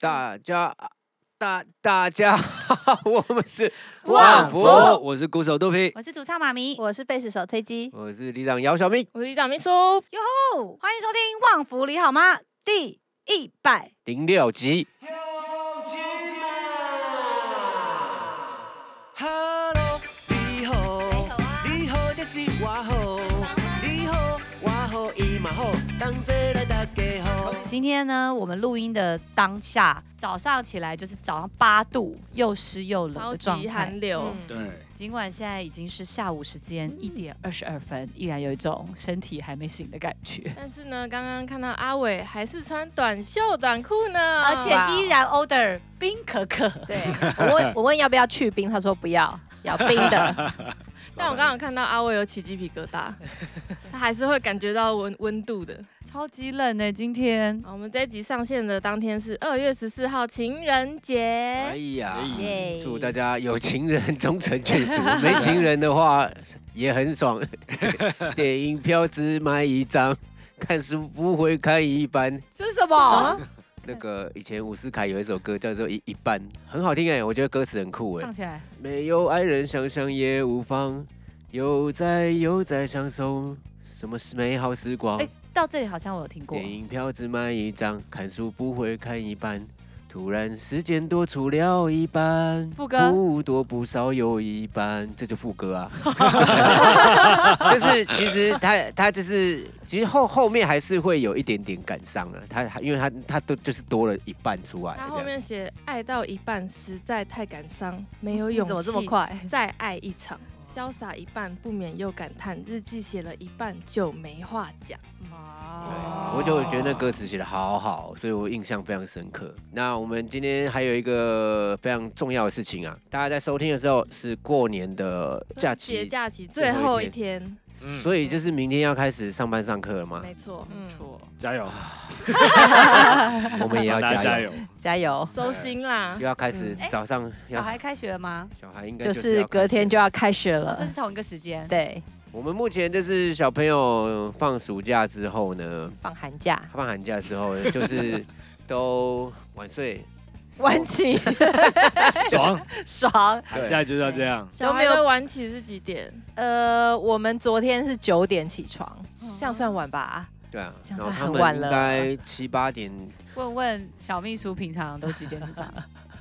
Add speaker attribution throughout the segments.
Speaker 1: 大家大大家，好， 我们是
Speaker 2: 旺福
Speaker 1: 我是鼓手肚皮，
Speaker 2: 我是主唱妈咪，
Speaker 3: 我是贝斯手推机，
Speaker 1: 我是李长姚小明，
Speaker 4: 我是李长秘书，
Speaker 2: 哦欢迎收听《旺福你好吗》第一百
Speaker 1: 零六集。Hello，你好，你好就是我好，你好我好伊嘛好，同齐来大家好。
Speaker 2: 今天呢，我们录音的当下，早上起来就是早上八度，又湿又冷
Speaker 4: 超
Speaker 2: 的状
Speaker 4: 级
Speaker 2: 态
Speaker 4: 寒。流，
Speaker 3: 嗯
Speaker 1: 对，
Speaker 2: 尽管现在已经是下午时间一点二十二分，依然有一种身体还没醒的感 觉，
Speaker 4: 但是呢，刚刚看到阿伟还是穿短袖短裤呢，
Speaker 2: 而且依然 order 冰可可。
Speaker 3: 对我问我问要不要去冰，他说不要，要冰 的。
Speaker 4: 但我刚刚看到阿伟有起鸡皮疙 瘩，他还是会感觉到温温度的。
Speaker 2: 超级冷呢、今天
Speaker 4: 好，我们这一集上线的当天是二月十四号情人
Speaker 1: 哎
Speaker 4: 节，
Speaker 1: 呀，
Speaker 3: 耶
Speaker 1: 祝大家有情人终成眷 属，没情人的话也很爽。 电影票只买一张，看书不会看一半。
Speaker 2: 是什么？
Speaker 1: 那个以前伍思凯有一首歌叫做《一一半》，很好听哎，我觉得歌词很酷哎
Speaker 2: 唱。起来，
Speaker 1: 没有爱人，想想也无妨，悠哉悠哉享受什么是美好时光
Speaker 2: 哎、。到这里好像我有听过。
Speaker 1: 电影票只买一张，看书不会看一半。突然时间多出了一半，
Speaker 2: 副歌
Speaker 1: 不多不少有一半，这就副歌啊。 就是其实他他就是其实后后面还是会有一点点感伤啊，他他因为他他都就是多了一半出来这
Speaker 4: 他
Speaker 1: 样。
Speaker 4: 后面写爱到一半实在太感伤，没有
Speaker 3: 你
Speaker 4: 勇气，
Speaker 3: 怎么这么？快？
Speaker 4: 再爱一场，潇洒一半，不免又感叹，日记写了一半就没话讲。
Speaker 1: 对，
Speaker 4: 哦
Speaker 1: 我就觉得那歌词写的好好，所以我印象非常深刻。那我们今天还有一个非常重要的事情啊，大家在收听的时候是过年的假
Speaker 4: 哦春节
Speaker 1: 期，
Speaker 4: 假期最后一天，
Speaker 5: 嗯，
Speaker 1: 所以就是明天要开始上班上课了嘛，
Speaker 4: 没错，嗯，
Speaker 2: 错，
Speaker 5: 加油，
Speaker 1: 我们也要
Speaker 5: 大
Speaker 1: 加
Speaker 5: 家啊加
Speaker 1: 油，
Speaker 5: 油，
Speaker 3: 加油！
Speaker 4: 收心啦
Speaker 1: 又。要开始
Speaker 2: 哎
Speaker 1: 早上
Speaker 2: 小
Speaker 1: 要
Speaker 2: 孩开学了吗？
Speaker 1: 小孩应该
Speaker 3: 就是
Speaker 1: 要开
Speaker 3: 隔
Speaker 1: 始
Speaker 3: 天就要开学
Speaker 2: 哦，这
Speaker 3: 了
Speaker 2: 是，同一个时间。
Speaker 3: 对，
Speaker 1: 我们目前就是小朋友放暑假之后呢，
Speaker 3: 放寒假，
Speaker 1: 放寒假之后就是都晚睡，
Speaker 3: 晚起
Speaker 5: 哎爽，
Speaker 3: 爽。
Speaker 5: 寒假就是要这样，
Speaker 4: 小孩的晚起是几点？
Speaker 3: 呃，我们昨天是九点起床，
Speaker 2: 嗯
Speaker 3: 这样算晚吧？
Speaker 1: 对啊，
Speaker 3: 这
Speaker 1: 然
Speaker 3: 样
Speaker 1: 后
Speaker 3: 算
Speaker 1: 他
Speaker 3: 很
Speaker 1: 们
Speaker 3: 晚
Speaker 1: 应
Speaker 3: 了
Speaker 1: 该七八点
Speaker 2: 问问小秘书平常都几点起 床？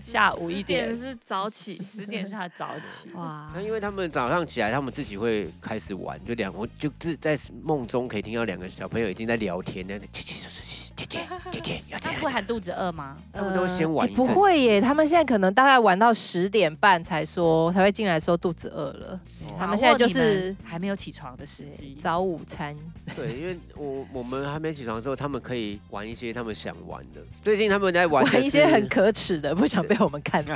Speaker 2: 下午一点
Speaker 4: 10，是早 起，
Speaker 2: 十点 是他早起。
Speaker 3: 哇
Speaker 1: 那，因为他们早上起来，他们自己会开始玩，就两我就自在梦中可以听到两个小朋友已经在聊天，那姐姐说姐姐 姐姐要这
Speaker 2: 他
Speaker 1: 样
Speaker 2: 不，会喊肚子饿吗？
Speaker 1: 他们都会先玩
Speaker 3: 呃
Speaker 1: 一
Speaker 3: 不
Speaker 1: 阵子
Speaker 3: 会耶，他们现在可能大概玩到十点半才说，才会进来说肚子饿了。他们现在就是
Speaker 2: 把握你们还没有起床的时机。
Speaker 3: 早午餐，
Speaker 1: 对，因为我我们还没起床的时候，他们可以玩一些他们想玩的。最近他们在玩的
Speaker 3: 玩一些
Speaker 1: 是
Speaker 3: 很可耻的，不想被我们看到。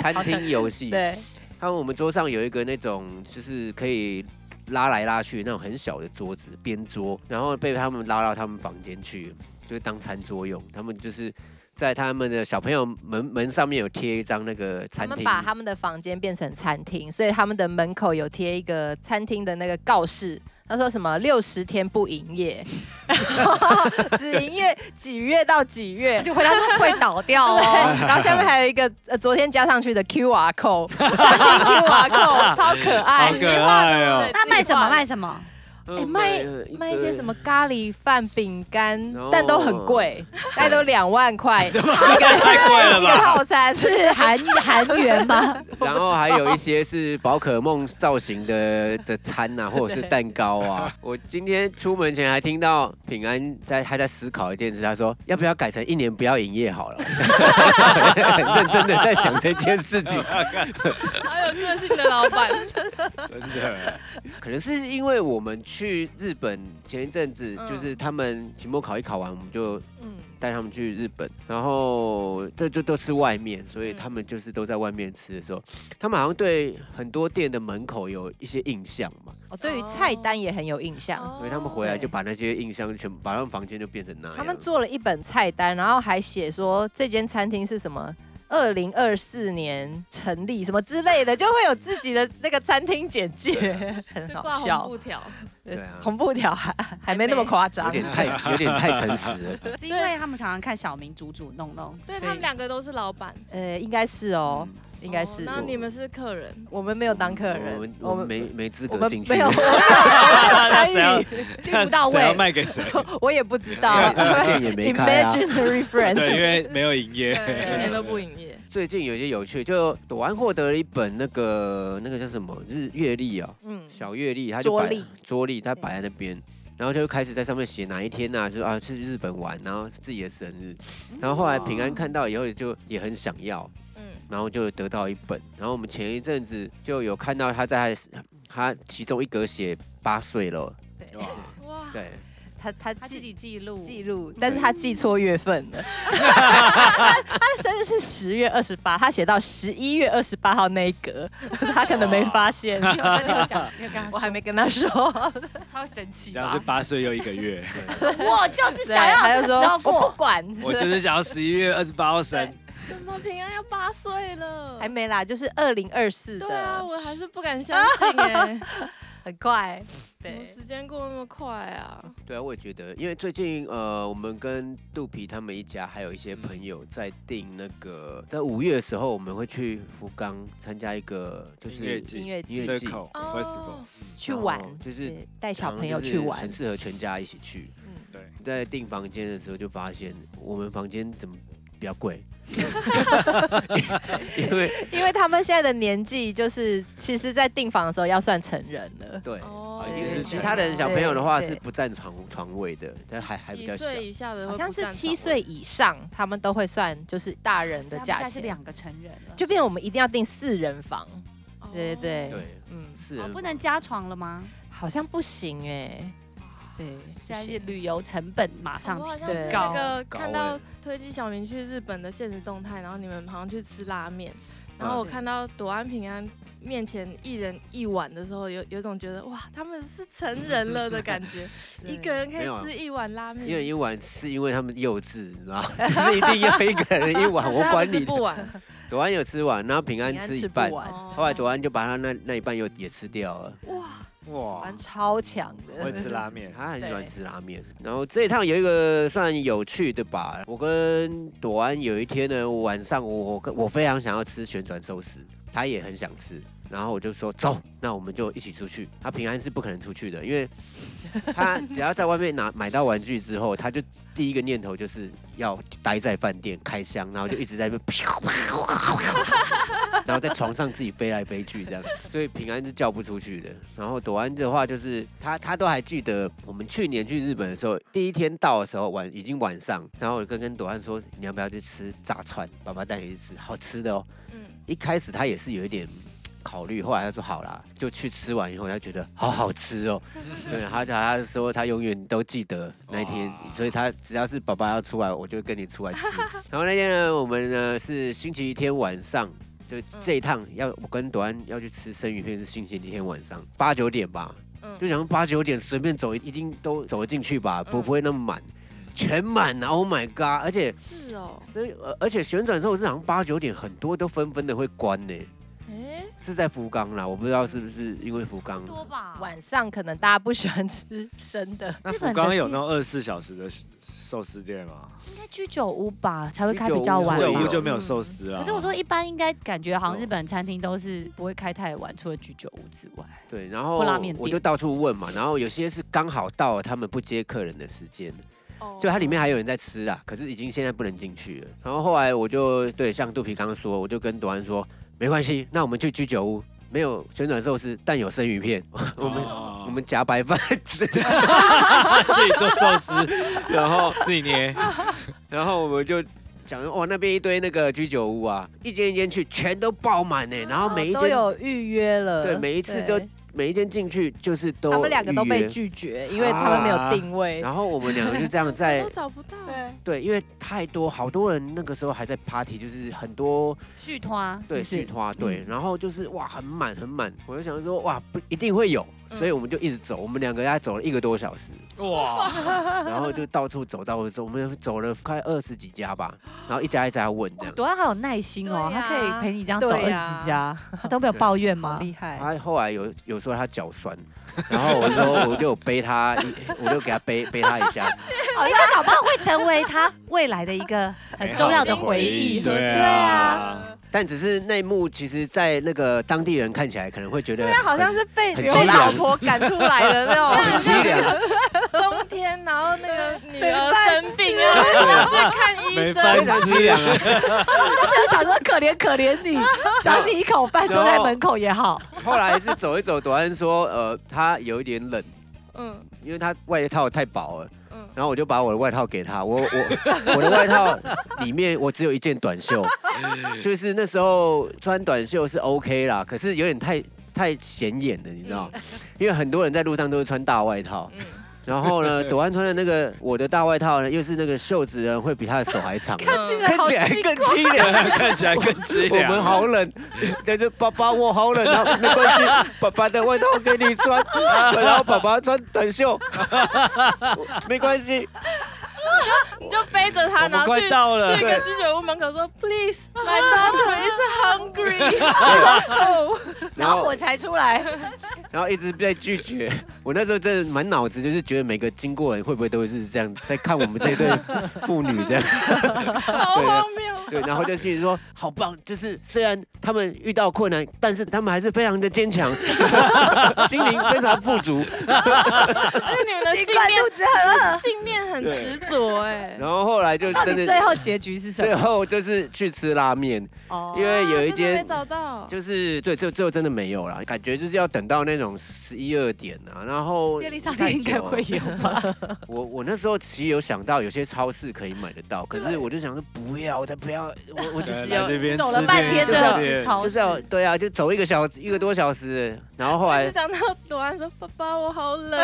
Speaker 1: 餐厅游戏，
Speaker 3: 对，
Speaker 1: 他们我们桌上有一个那种就是可以拉来拉去那种很小的桌子边桌，然后被他们拉到他们房间去，就是当餐桌用。他们就是在他们的小朋友门门上面有贴一张那个
Speaker 3: 他
Speaker 1: 餐
Speaker 3: 们
Speaker 1: 厅，
Speaker 3: 把他们的房间变成餐厅，所以他们的门口有贴一个餐厅的那个告示。他说什么六十天不营业，只营业几月到几月，
Speaker 2: 就回答说会倒掉
Speaker 3: 对，
Speaker 2: 哦。
Speaker 3: 然后下面还有一个呃昨天加上去的 QR code，餐厅 QR code 超可
Speaker 2: 哎
Speaker 3: 爱，
Speaker 5: 好可爱哦
Speaker 3: 对
Speaker 2: 那卖什 么？卖什么？
Speaker 1: 呃
Speaker 3: 哎卖卖一些什么？咖喱饭、饼干
Speaker 1: 哦，
Speaker 3: 但都很贵，
Speaker 5: 哦
Speaker 3: 大概都两万 块一个
Speaker 5: 太贵了
Speaker 3: 一个
Speaker 5: 吧？
Speaker 3: 套餐，
Speaker 2: 是韩韩元吗？
Speaker 1: 一个 然后还有一些是宝可梦造型的的餐啊，或者是蛋糕啊。 我今天出门前还听到平安在还在思考一件事，他说要不要改成一年不要营业好了， 很认真的在想这件事情。
Speaker 4: 好有个性的老板，
Speaker 5: 真的，
Speaker 1: 可能是因为我们去日本前一阵子，
Speaker 4: 嗯
Speaker 1: 就是他们期末考一考完，我们就
Speaker 3: 嗯，
Speaker 1: 带他们去日本，然后这就都吃外面，所以他们就是都在外面吃的时候，他们好像对很多店的门口有一些印象嘛，
Speaker 3: 我哦对于菜单也很有印象。
Speaker 1: 所以他们
Speaker 4: 哦
Speaker 1: 回来就把那些印象全部把他们房间就变成那样。
Speaker 3: 他们做了一本菜单，然后还写说这间餐厅是什么。二零二四年成立什么之类的，就会有自己的那个餐厅简介，很
Speaker 4: 就
Speaker 3: 好
Speaker 4: 挂红
Speaker 3: 笑。
Speaker 4: 布条，
Speaker 1: 啊对啊
Speaker 3: 恐怖条还还没那么夸张
Speaker 1: 有，点太有点太诚实了。
Speaker 2: 是因为他们常常看小明煮煮弄弄，
Speaker 4: 所以他们两个都是老板，
Speaker 3: 呃，应该是
Speaker 1: 嗯
Speaker 3: 哦，应该是
Speaker 4: 哦。然后你们是客人，
Speaker 3: 我们没有当客
Speaker 1: 我
Speaker 3: 人
Speaker 1: 们，我们没没资
Speaker 3: 我
Speaker 1: 格进
Speaker 3: 们
Speaker 1: 去，
Speaker 3: 没有
Speaker 5: 那谁
Speaker 3: 参
Speaker 5: 要
Speaker 3: 与，
Speaker 2: 听不到
Speaker 5: 谁要
Speaker 2: 位。
Speaker 5: 卖给谁？
Speaker 3: 我也不知道。
Speaker 1: 店也 没开啊。
Speaker 3: Imaginary
Speaker 5: 对，因
Speaker 3: friend，
Speaker 5: 为没有营业。
Speaker 4: 对，一年都不营业。
Speaker 1: 最近有一些有趣，就朵安获得了一本那个那个叫什么日月历啊、
Speaker 3: 嗯，
Speaker 1: 小月历，他就
Speaker 3: 桌
Speaker 1: 摆
Speaker 3: 历
Speaker 1: 桌历，他摆在那边。然后就开始在上面写哪一天呐、啊，就啊去日本玩，然后自己的生日，然后后来平安看到以后就也很想要，
Speaker 4: 嗯，
Speaker 1: 然后就得到一本。然后我们前一阵子就有看到他在他他其中一格写八岁了，
Speaker 3: 对
Speaker 5: 哇，
Speaker 4: 哇，
Speaker 1: 对，
Speaker 3: 他他
Speaker 2: 他自
Speaker 3: 记
Speaker 2: 己记录，
Speaker 3: 记录，
Speaker 2: 嗯
Speaker 3: 但是他记错月份了。他的生日是十月二十八，他写到十一月二十八号那一格，他可能没发现，
Speaker 2: 你有跟他讲，你有跟他
Speaker 3: 我
Speaker 2: 说
Speaker 3: 还没跟 他说。
Speaker 2: 他会生气
Speaker 5: 这样是
Speaker 2: 吧？
Speaker 5: 八岁又一个月，
Speaker 2: 我就是想要这
Speaker 3: 对他就
Speaker 2: 个时候
Speaker 3: 说我
Speaker 2: 过
Speaker 3: 不。管，
Speaker 5: 我就是想要十一月二十八号生。
Speaker 4: 怎么平安要八岁了？
Speaker 3: 还没啦，就是二零二四
Speaker 4: 对啊，
Speaker 3: 的，
Speaker 4: 我还是不敢相信哎，
Speaker 3: 很快。
Speaker 4: 怎么
Speaker 3: 对，
Speaker 4: 时间过那么快啊？
Speaker 1: 对啊，我也觉得，因为最近呃，我们跟肚皮他们一家还有一些朋友在订那个，在五月的时候，我们会去福冈参加一个就
Speaker 5: 音乐
Speaker 1: 是
Speaker 5: 季
Speaker 3: 音乐
Speaker 1: 音乐季
Speaker 5: Circle Festival，
Speaker 2: 哦
Speaker 3: 去玩
Speaker 1: 然后就是
Speaker 3: 对带小朋友
Speaker 1: 就是
Speaker 3: 去玩嗯
Speaker 1: 很，适合全家一起去。
Speaker 5: 对，
Speaker 1: 在订房间的时候就发现，我们房间怎么比较 贵？ 因为
Speaker 3: 因为他们现在的年纪就是，其实在订房的时候要算成人了。
Speaker 1: 对。
Speaker 4: 哦
Speaker 5: 啊已经
Speaker 1: 就是是
Speaker 5: 成
Speaker 1: 其他人小朋友的话
Speaker 3: 对
Speaker 1: 是
Speaker 3: 对
Speaker 1: 不占床床位的，但还还比
Speaker 4: 几
Speaker 1: 较小。
Speaker 4: 岁以下的
Speaker 3: 好
Speaker 4: 会
Speaker 3: 像
Speaker 4: 不
Speaker 3: 是
Speaker 4: 占
Speaker 3: 七
Speaker 4: 床
Speaker 3: 岁以上，他们都会算就是大人的
Speaker 2: 所以他们现
Speaker 3: 价
Speaker 2: 在是
Speaker 3: 钱，
Speaker 2: 两个成人了，
Speaker 3: 就变成我们一定要订四人房。
Speaker 4: 哦
Speaker 3: 对对
Speaker 1: 对，
Speaker 3: 嗯，
Speaker 1: 是啊
Speaker 2: 哦不能加床了吗？
Speaker 3: 好像不行哎、对，
Speaker 2: 现在是旅游成本马上
Speaker 4: 哦我好像
Speaker 3: 提
Speaker 4: 是
Speaker 2: 高
Speaker 4: 那个
Speaker 1: 高
Speaker 4: 看到
Speaker 1: 欸
Speaker 4: 推机小明去日本的现实动态，然后你们好像去吃拉面，然
Speaker 1: 嗯
Speaker 4: 后我看到朵安平安面前一人一碗的时候，有有种觉得哇，他们是成人了的感 觉，
Speaker 3: 对
Speaker 4: 一个人可
Speaker 1: 没有啊
Speaker 4: 以吃一碗拉面，
Speaker 1: 一人一碗是因为他们幼稚，你知 道吗，就是一定要一个人一碗，我管
Speaker 4: 可是他们吃
Speaker 1: 你的。
Speaker 4: 不哦完，
Speaker 1: 朵安有吃完，然后平安
Speaker 3: 平安
Speaker 1: 吃一
Speaker 3: 吃
Speaker 1: 半
Speaker 3: 不，完，哦
Speaker 1: 后来朵安就把他那那一半又也吃掉了。
Speaker 5: 哇
Speaker 3: 玩，超强
Speaker 5: 我会
Speaker 3: 的。
Speaker 5: 吃拉 面。
Speaker 1: 他很喜
Speaker 3: 对
Speaker 1: 欢吃拉面。然后这一趟有一个算有趣的吧，我跟朵安有一天呢，晚上我我跟我非常想要吃旋转寿司，他也很想吃。然后我就说走，那我们就一起出去。他平安是不可能出去的，因为他只要在外面拿买到玩具之后，他就第一个念头就是要待在饭店开箱，然后就一直在那边然后在床上自己飞来飞去这样，所以平安是叫不出去的。然后朵安的话就是他他都还记得我们去年去日本的时候，第一天到的时候晚已经晚上，然后我跟跟朵安说你要不要去吃炸串，爸爸带你去吃好吃的哦。
Speaker 4: 嗯，
Speaker 1: 一开始他也是有一点。考虑，后来他说好啦，就去吃完以后，他觉得好好吃哦。 对，
Speaker 5: 啊
Speaker 1: 他就他说他永远都记得那一天
Speaker 5: 哇，
Speaker 1: 所以他只要是爸爸要出来，我就跟你出来吃。然后那天呢，我们呢是星期天晚上，就这一趟要我跟朵安要去吃生鱼片是星期天晚上八九点吧，
Speaker 4: 嗯
Speaker 1: 就想说八九点随便走一定都走得进去吧，不
Speaker 4: 嗯
Speaker 1: 不会那么满，全满啊！Oh my god！而且
Speaker 4: 是哦，
Speaker 1: 所以呃而且旋转寿司好像八九点很多都纷纷的会关呢、
Speaker 4: 哎，
Speaker 1: 是在福冈啦，我不知道是不是因为福冈。
Speaker 2: 多吧？
Speaker 3: 晚上可能大家不喜欢吃生的，
Speaker 5: 那
Speaker 2: 日
Speaker 5: 福
Speaker 2: 本的
Speaker 5: 冈有
Speaker 2: 店
Speaker 5: 那种二十四小时的寿司店吗？
Speaker 2: 应该居酒屋吧才会
Speaker 1: 居
Speaker 2: 开
Speaker 1: 酒
Speaker 2: 比较
Speaker 1: 屋
Speaker 2: 晚
Speaker 1: 会
Speaker 5: 这
Speaker 1: 有
Speaker 5: 屋
Speaker 2: 吧。
Speaker 5: 就没有寿司啊了。
Speaker 2: 可是我说，一般应该感觉好像
Speaker 1: 有
Speaker 2: 日本餐厅都是不会开太晚，除了居酒屋之外。
Speaker 1: 对，然后
Speaker 2: 或拉面店
Speaker 1: 我就到处问嘛，然后有些是刚好到了他们不接客人的时间，
Speaker 4: 哦
Speaker 1: 就它里面还有人在吃啊，可是已经现在不能进去了。然后后来我就对像肚皮刚刚说，我就跟朵安说，没关系，那我们去居酒屋，没有旋转寿司，但有生鱼片， 我们、
Speaker 5: 哦
Speaker 1: 我们夹白饭 吃，
Speaker 5: 自己做寿司，
Speaker 1: 然后
Speaker 5: 自 己捏，
Speaker 1: 然后我们就。讲哇，那边一堆那个居酒屋啊，一间一间去，全都爆满呢。然后每一
Speaker 3: 哦都
Speaker 1: 间、
Speaker 3: 有预约了。
Speaker 1: 对每一次都
Speaker 3: 对
Speaker 1: 每一间进去就是都
Speaker 3: 他们两个都
Speaker 1: 预
Speaker 3: 被
Speaker 1: 约
Speaker 3: 拒绝，因为他们没有定位。
Speaker 1: 然后我们两个就这样在
Speaker 4: 都找不到，
Speaker 3: 对，
Speaker 1: 对，因为太多好多人那个时候还在 party，就是很多
Speaker 2: 续托啊，
Speaker 1: 对
Speaker 2: 是
Speaker 1: 续
Speaker 2: 不是
Speaker 1: 团对，然后就是哇很满很满，我就想说哇不一定会有，
Speaker 4: 嗯
Speaker 1: 所以我们就一直走，我们两个大概走了一个多小时，
Speaker 5: 哇，
Speaker 1: 然后就到处走，到处走，我们走了快二十几家吧，然后一家一家问这样。
Speaker 2: 朵安好有耐心啊哦，他
Speaker 4: 对呀
Speaker 2: 可以陪你这样走二
Speaker 3: 对
Speaker 2: 十
Speaker 3: 呀
Speaker 2: 几家，他都没有抱怨
Speaker 3: 好
Speaker 2: 吗？
Speaker 3: 厉害，
Speaker 1: 他后来有有时候他脚酸，然后我就说我就有背他一，我就给他背背他一下子。
Speaker 2: 而且哎搞不好会成为他未来的一个很重要的回忆。
Speaker 5: 对
Speaker 2: 对啊，
Speaker 5: 啊，
Speaker 1: 但只是那一幕，其实，在那个当地人看起来可能会觉得
Speaker 3: 那啊好像
Speaker 1: 很
Speaker 3: 是被
Speaker 1: 很
Speaker 3: 被
Speaker 1: 凄
Speaker 3: 老
Speaker 1: 凉
Speaker 3: 婆赶出来的 啊那
Speaker 1: 很
Speaker 3: 种。
Speaker 1: 凄凉，
Speaker 4: 冬天，然后那个女儿生病啊，要去看
Speaker 5: 没
Speaker 4: 医
Speaker 5: 饭
Speaker 4: 生，
Speaker 1: 非常
Speaker 5: 吃
Speaker 1: 凄凉 啊。
Speaker 2: 就想说可怜可怜你，赏你一口饭，坐在门口也好。
Speaker 1: 后来是走一走，朵安说，呃，他有一点冷，
Speaker 4: 嗯
Speaker 1: 因为他外套太薄了，
Speaker 4: 嗯，
Speaker 1: 然后我就把我的外套给他，我我我的外套里面我只有一件短袖，就是那时候穿短袖是 OK 啦，可是有点太太显眼了，你知道，因为很多人在路上都是穿大外套。
Speaker 4: 嗯
Speaker 1: 然后呢，朵安穿的那个我的大外套呢，又是那个袖子呢会比他的手还长，啊
Speaker 3: 看起来
Speaker 1: 看
Speaker 3: 好
Speaker 1: 起来
Speaker 3: 奇怪
Speaker 1: 更凄凉。
Speaker 5: 看起来更凄
Speaker 1: 我
Speaker 5: 凉。
Speaker 1: 们好冷，但是爸爸我好冷，然后没关 系，爸爸的外套给你穿， 然后爸爸穿短袖， 没关系。
Speaker 4: 你就背着她，
Speaker 5: 我
Speaker 4: 然
Speaker 5: 们
Speaker 4: 后去
Speaker 5: 快到了
Speaker 4: 去一个居酒屋门口说，Please, my daughter is hungry。
Speaker 1: 然后
Speaker 2: 才出来，
Speaker 1: 然后一直被拒绝。我那时候真的满脑子就是觉得每个经过人会不会都是这样在看我们这对父女这样，啊
Speaker 4: 好荒谬！
Speaker 1: 对，然后就心里说好棒，就是虽然他们遇到困难，但是他们还是非常的坚强，心灵非常富足。
Speaker 4: 而且你 们的信
Speaker 2: 管
Speaker 4: 念
Speaker 2: 肚子很饿。
Speaker 4: 信念很执着哎，
Speaker 1: 然后后来就
Speaker 2: 到
Speaker 1: 真
Speaker 2: 底
Speaker 1: 的
Speaker 2: 最后结局是 什
Speaker 1: 最
Speaker 2: 么？哦
Speaker 1: 后就是去吃拉面，因为有一
Speaker 4: 真的
Speaker 1: 间
Speaker 4: 啊没。找到，
Speaker 1: 就是对，最最后真的没有了，感觉就是要等到那种十一二点啊，然后啊
Speaker 2: 便利商店应该会有吧？
Speaker 1: 我我那时候其实有想到有些超市可以买得到，可是我就想说不要，我才不要，我我就是要
Speaker 5: 要
Speaker 2: 走了半天，最后吃超
Speaker 1: 就是
Speaker 2: 市。
Speaker 1: 要对啊，就走一个小一个多小时，然后后
Speaker 4: 我
Speaker 1: 来
Speaker 4: 就想到朵安说：“爸爸，我好冷。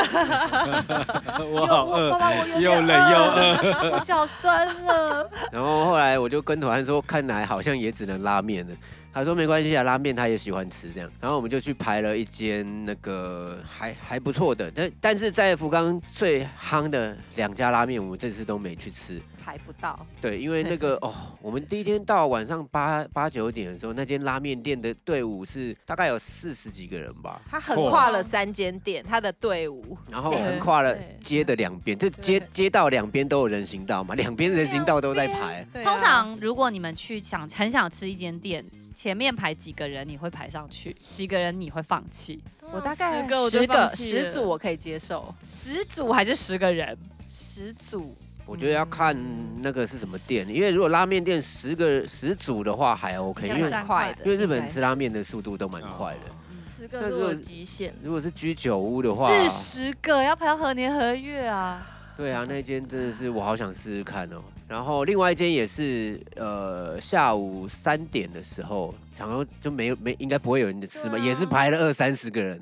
Speaker 5: 我好
Speaker 2: 爸
Speaker 5: 饿，
Speaker 2: 爸，我有
Speaker 5: 又冷又饿，
Speaker 2: 我脚酸 了。
Speaker 1: 然后后来我就跟团说，看来好像也只能拉面了。他说没关系啊，拉面他也喜欢吃这样。然后我们就去排了一间那个还还不错的，但但是在福冈最夯的两家拉面，我们这次都没去吃。
Speaker 3: 排不到，
Speaker 1: 对，因为那 个哦，我们第一天到晚上八八九点的时候，那间拉面店的队伍是大概有四十几个人吧，
Speaker 3: 他横
Speaker 5: 嚯
Speaker 3: 跨了三间店，他的队伍
Speaker 1: 然后
Speaker 3: 对
Speaker 1: 横跨了
Speaker 4: 对
Speaker 1: 街的两边，这街
Speaker 4: 对
Speaker 1: 街道两边都有人行道嘛，两边人行道都在排。
Speaker 4: 对啊
Speaker 2: 通常如果你们去想很想吃一间店，前面排几个人你会排上去，几个人你会放弃？
Speaker 3: 我大概
Speaker 4: 十个我就
Speaker 3: 十
Speaker 4: 放
Speaker 3: 个
Speaker 4: 弃了
Speaker 3: 十组我可以接受，
Speaker 2: 十组还是十个人？
Speaker 3: 十组
Speaker 1: 我觉得要看那个是什么店，因为如果拉面店十个十组的话还 OK，因
Speaker 3: 应该
Speaker 1: 为
Speaker 3: 蛮快的，
Speaker 1: 因为日本
Speaker 3: 应
Speaker 1: 人
Speaker 3: 该
Speaker 1: 吃拉面的速度都蛮快的。
Speaker 4: 十个是我的极限。
Speaker 1: 如果是居酒屋的话，
Speaker 2: 四十个要排到何年何月啊？
Speaker 1: 对啊，那一间真的是我好想试试看哦。然后另外一间也是，呃，下午三点的时候，想说就没有没应该不会有人吃嘛，
Speaker 4: 对啊
Speaker 1: 也是排了二三十个人。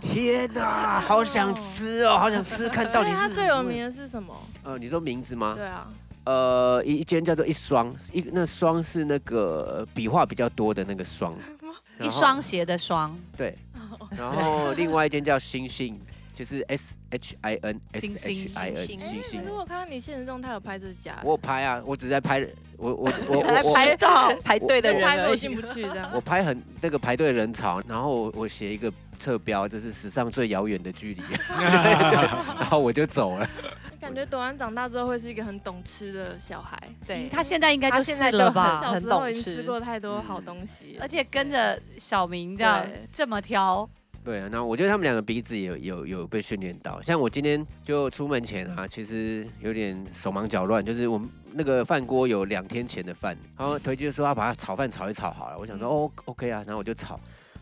Speaker 1: 天哪，好想吃哦，好想吃，看到
Speaker 4: 所
Speaker 1: 底
Speaker 4: 以
Speaker 1: 是
Speaker 4: 它啊最有名的是什么？
Speaker 1: 呃，你说名字吗？
Speaker 4: 对啊，
Speaker 1: 呃，一一间叫做一双，一那双是那个笔画比较多的那个双，然
Speaker 2: 一
Speaker 1: 后
Speaker 2: 双鞋的双，
Speaker 1: 对，
Speaker 3: 哦
Speaker 1: 然后另外一间叫星星，就是 S H I N S
Speaker 2: 星星
Speaker 1: H I
Speaker 3: 星
Speaker 1: N 星
Speaker 3: 星
Speaker 4: 可
Speaker 1: 星
Speaker 4: 是。我看到你现实中他有拍这家，
Speaker 1: 我有拍啊，我只是在拍，我我 我我
Speaker 3: 才
Speaker 1: 我
Speaker 3: 排到排队的
Speaker 4: 我
Speaker 3: 人
Speaker 4: 拍
Speaker 3: 而已
Speaker 4: 过我进不去 这样。
Speaker 1: 我拍很那个排队的人潮，然后我我写一个侧标，就是史上最遥远的距离， 然后我就走了。
Speaker 4: 感觉朵安长大之后会是一个很懂吃的小孩，
Speaker 3: 对，
Speaker 2: 他现在应该
Speaker 3: 他
Speaker 2: 就
Speaker 3: 现
Speaker 2: 是
Speaker 3: 在就
Speaker 2: 了
Speaker 3: 很
Speaker 2: 吧？
Speaker 4: 小时候已经
Speaker 3: 很懂吃
Speaker 4: 吃过太多好东西了，
Speaker 2: 而且跟着小明这样
Speaker 4: 对
Speaker 2: 这么挑，
Speaker 1: 对啊，那我觉得他们两个鼻子有有有被训练到，像我今天就出门前啊，其实有点手忙脚乱，就是我们那个饭锅有两天前的饭，然后推荐说要把它炒饭炒一炒好了，我想说哦 OK 啊，然后我就炒。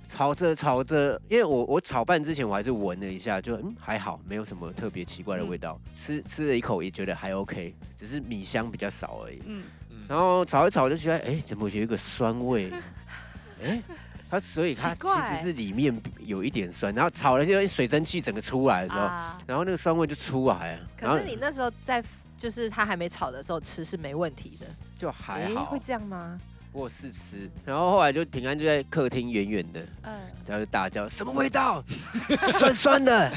Speaker 1: 炒着炒着，因为我我炒饭之前我还是闻了一下，就嗯还好，没有什么特别奇怪的味道。吃吃了一口也觉得还 OK，只是米香比较少而已。
Speaker 2: 嗯，
Speaker 1: 然后炒一炒就觉得，哎，怎么有一个酸 味？哎，它所以它
Speaker 3: 奇怪
Speaker 1: 其实是里面有一点酸，然后炒了就水蒸气整个出来的时候，
Speaker 2: 啊，
Speaker 1: 然后那个酸味就出来了。然
Speaker 3: 可
Speaker 1: 后
Speaker 3: 是你那时候在就是他还没炒的时候吃是没问题的，
Speaker 1: 就还
Speaker 3: 诶
Speaker 1: 好
Speaker 3: 会，这样吗？
Speaker 1: 过试吃，然后后来就平安就在客厅远远的，
Speaker 2: 嗯，
Speaker 1: 然后就大叫什么味道，酸酸的。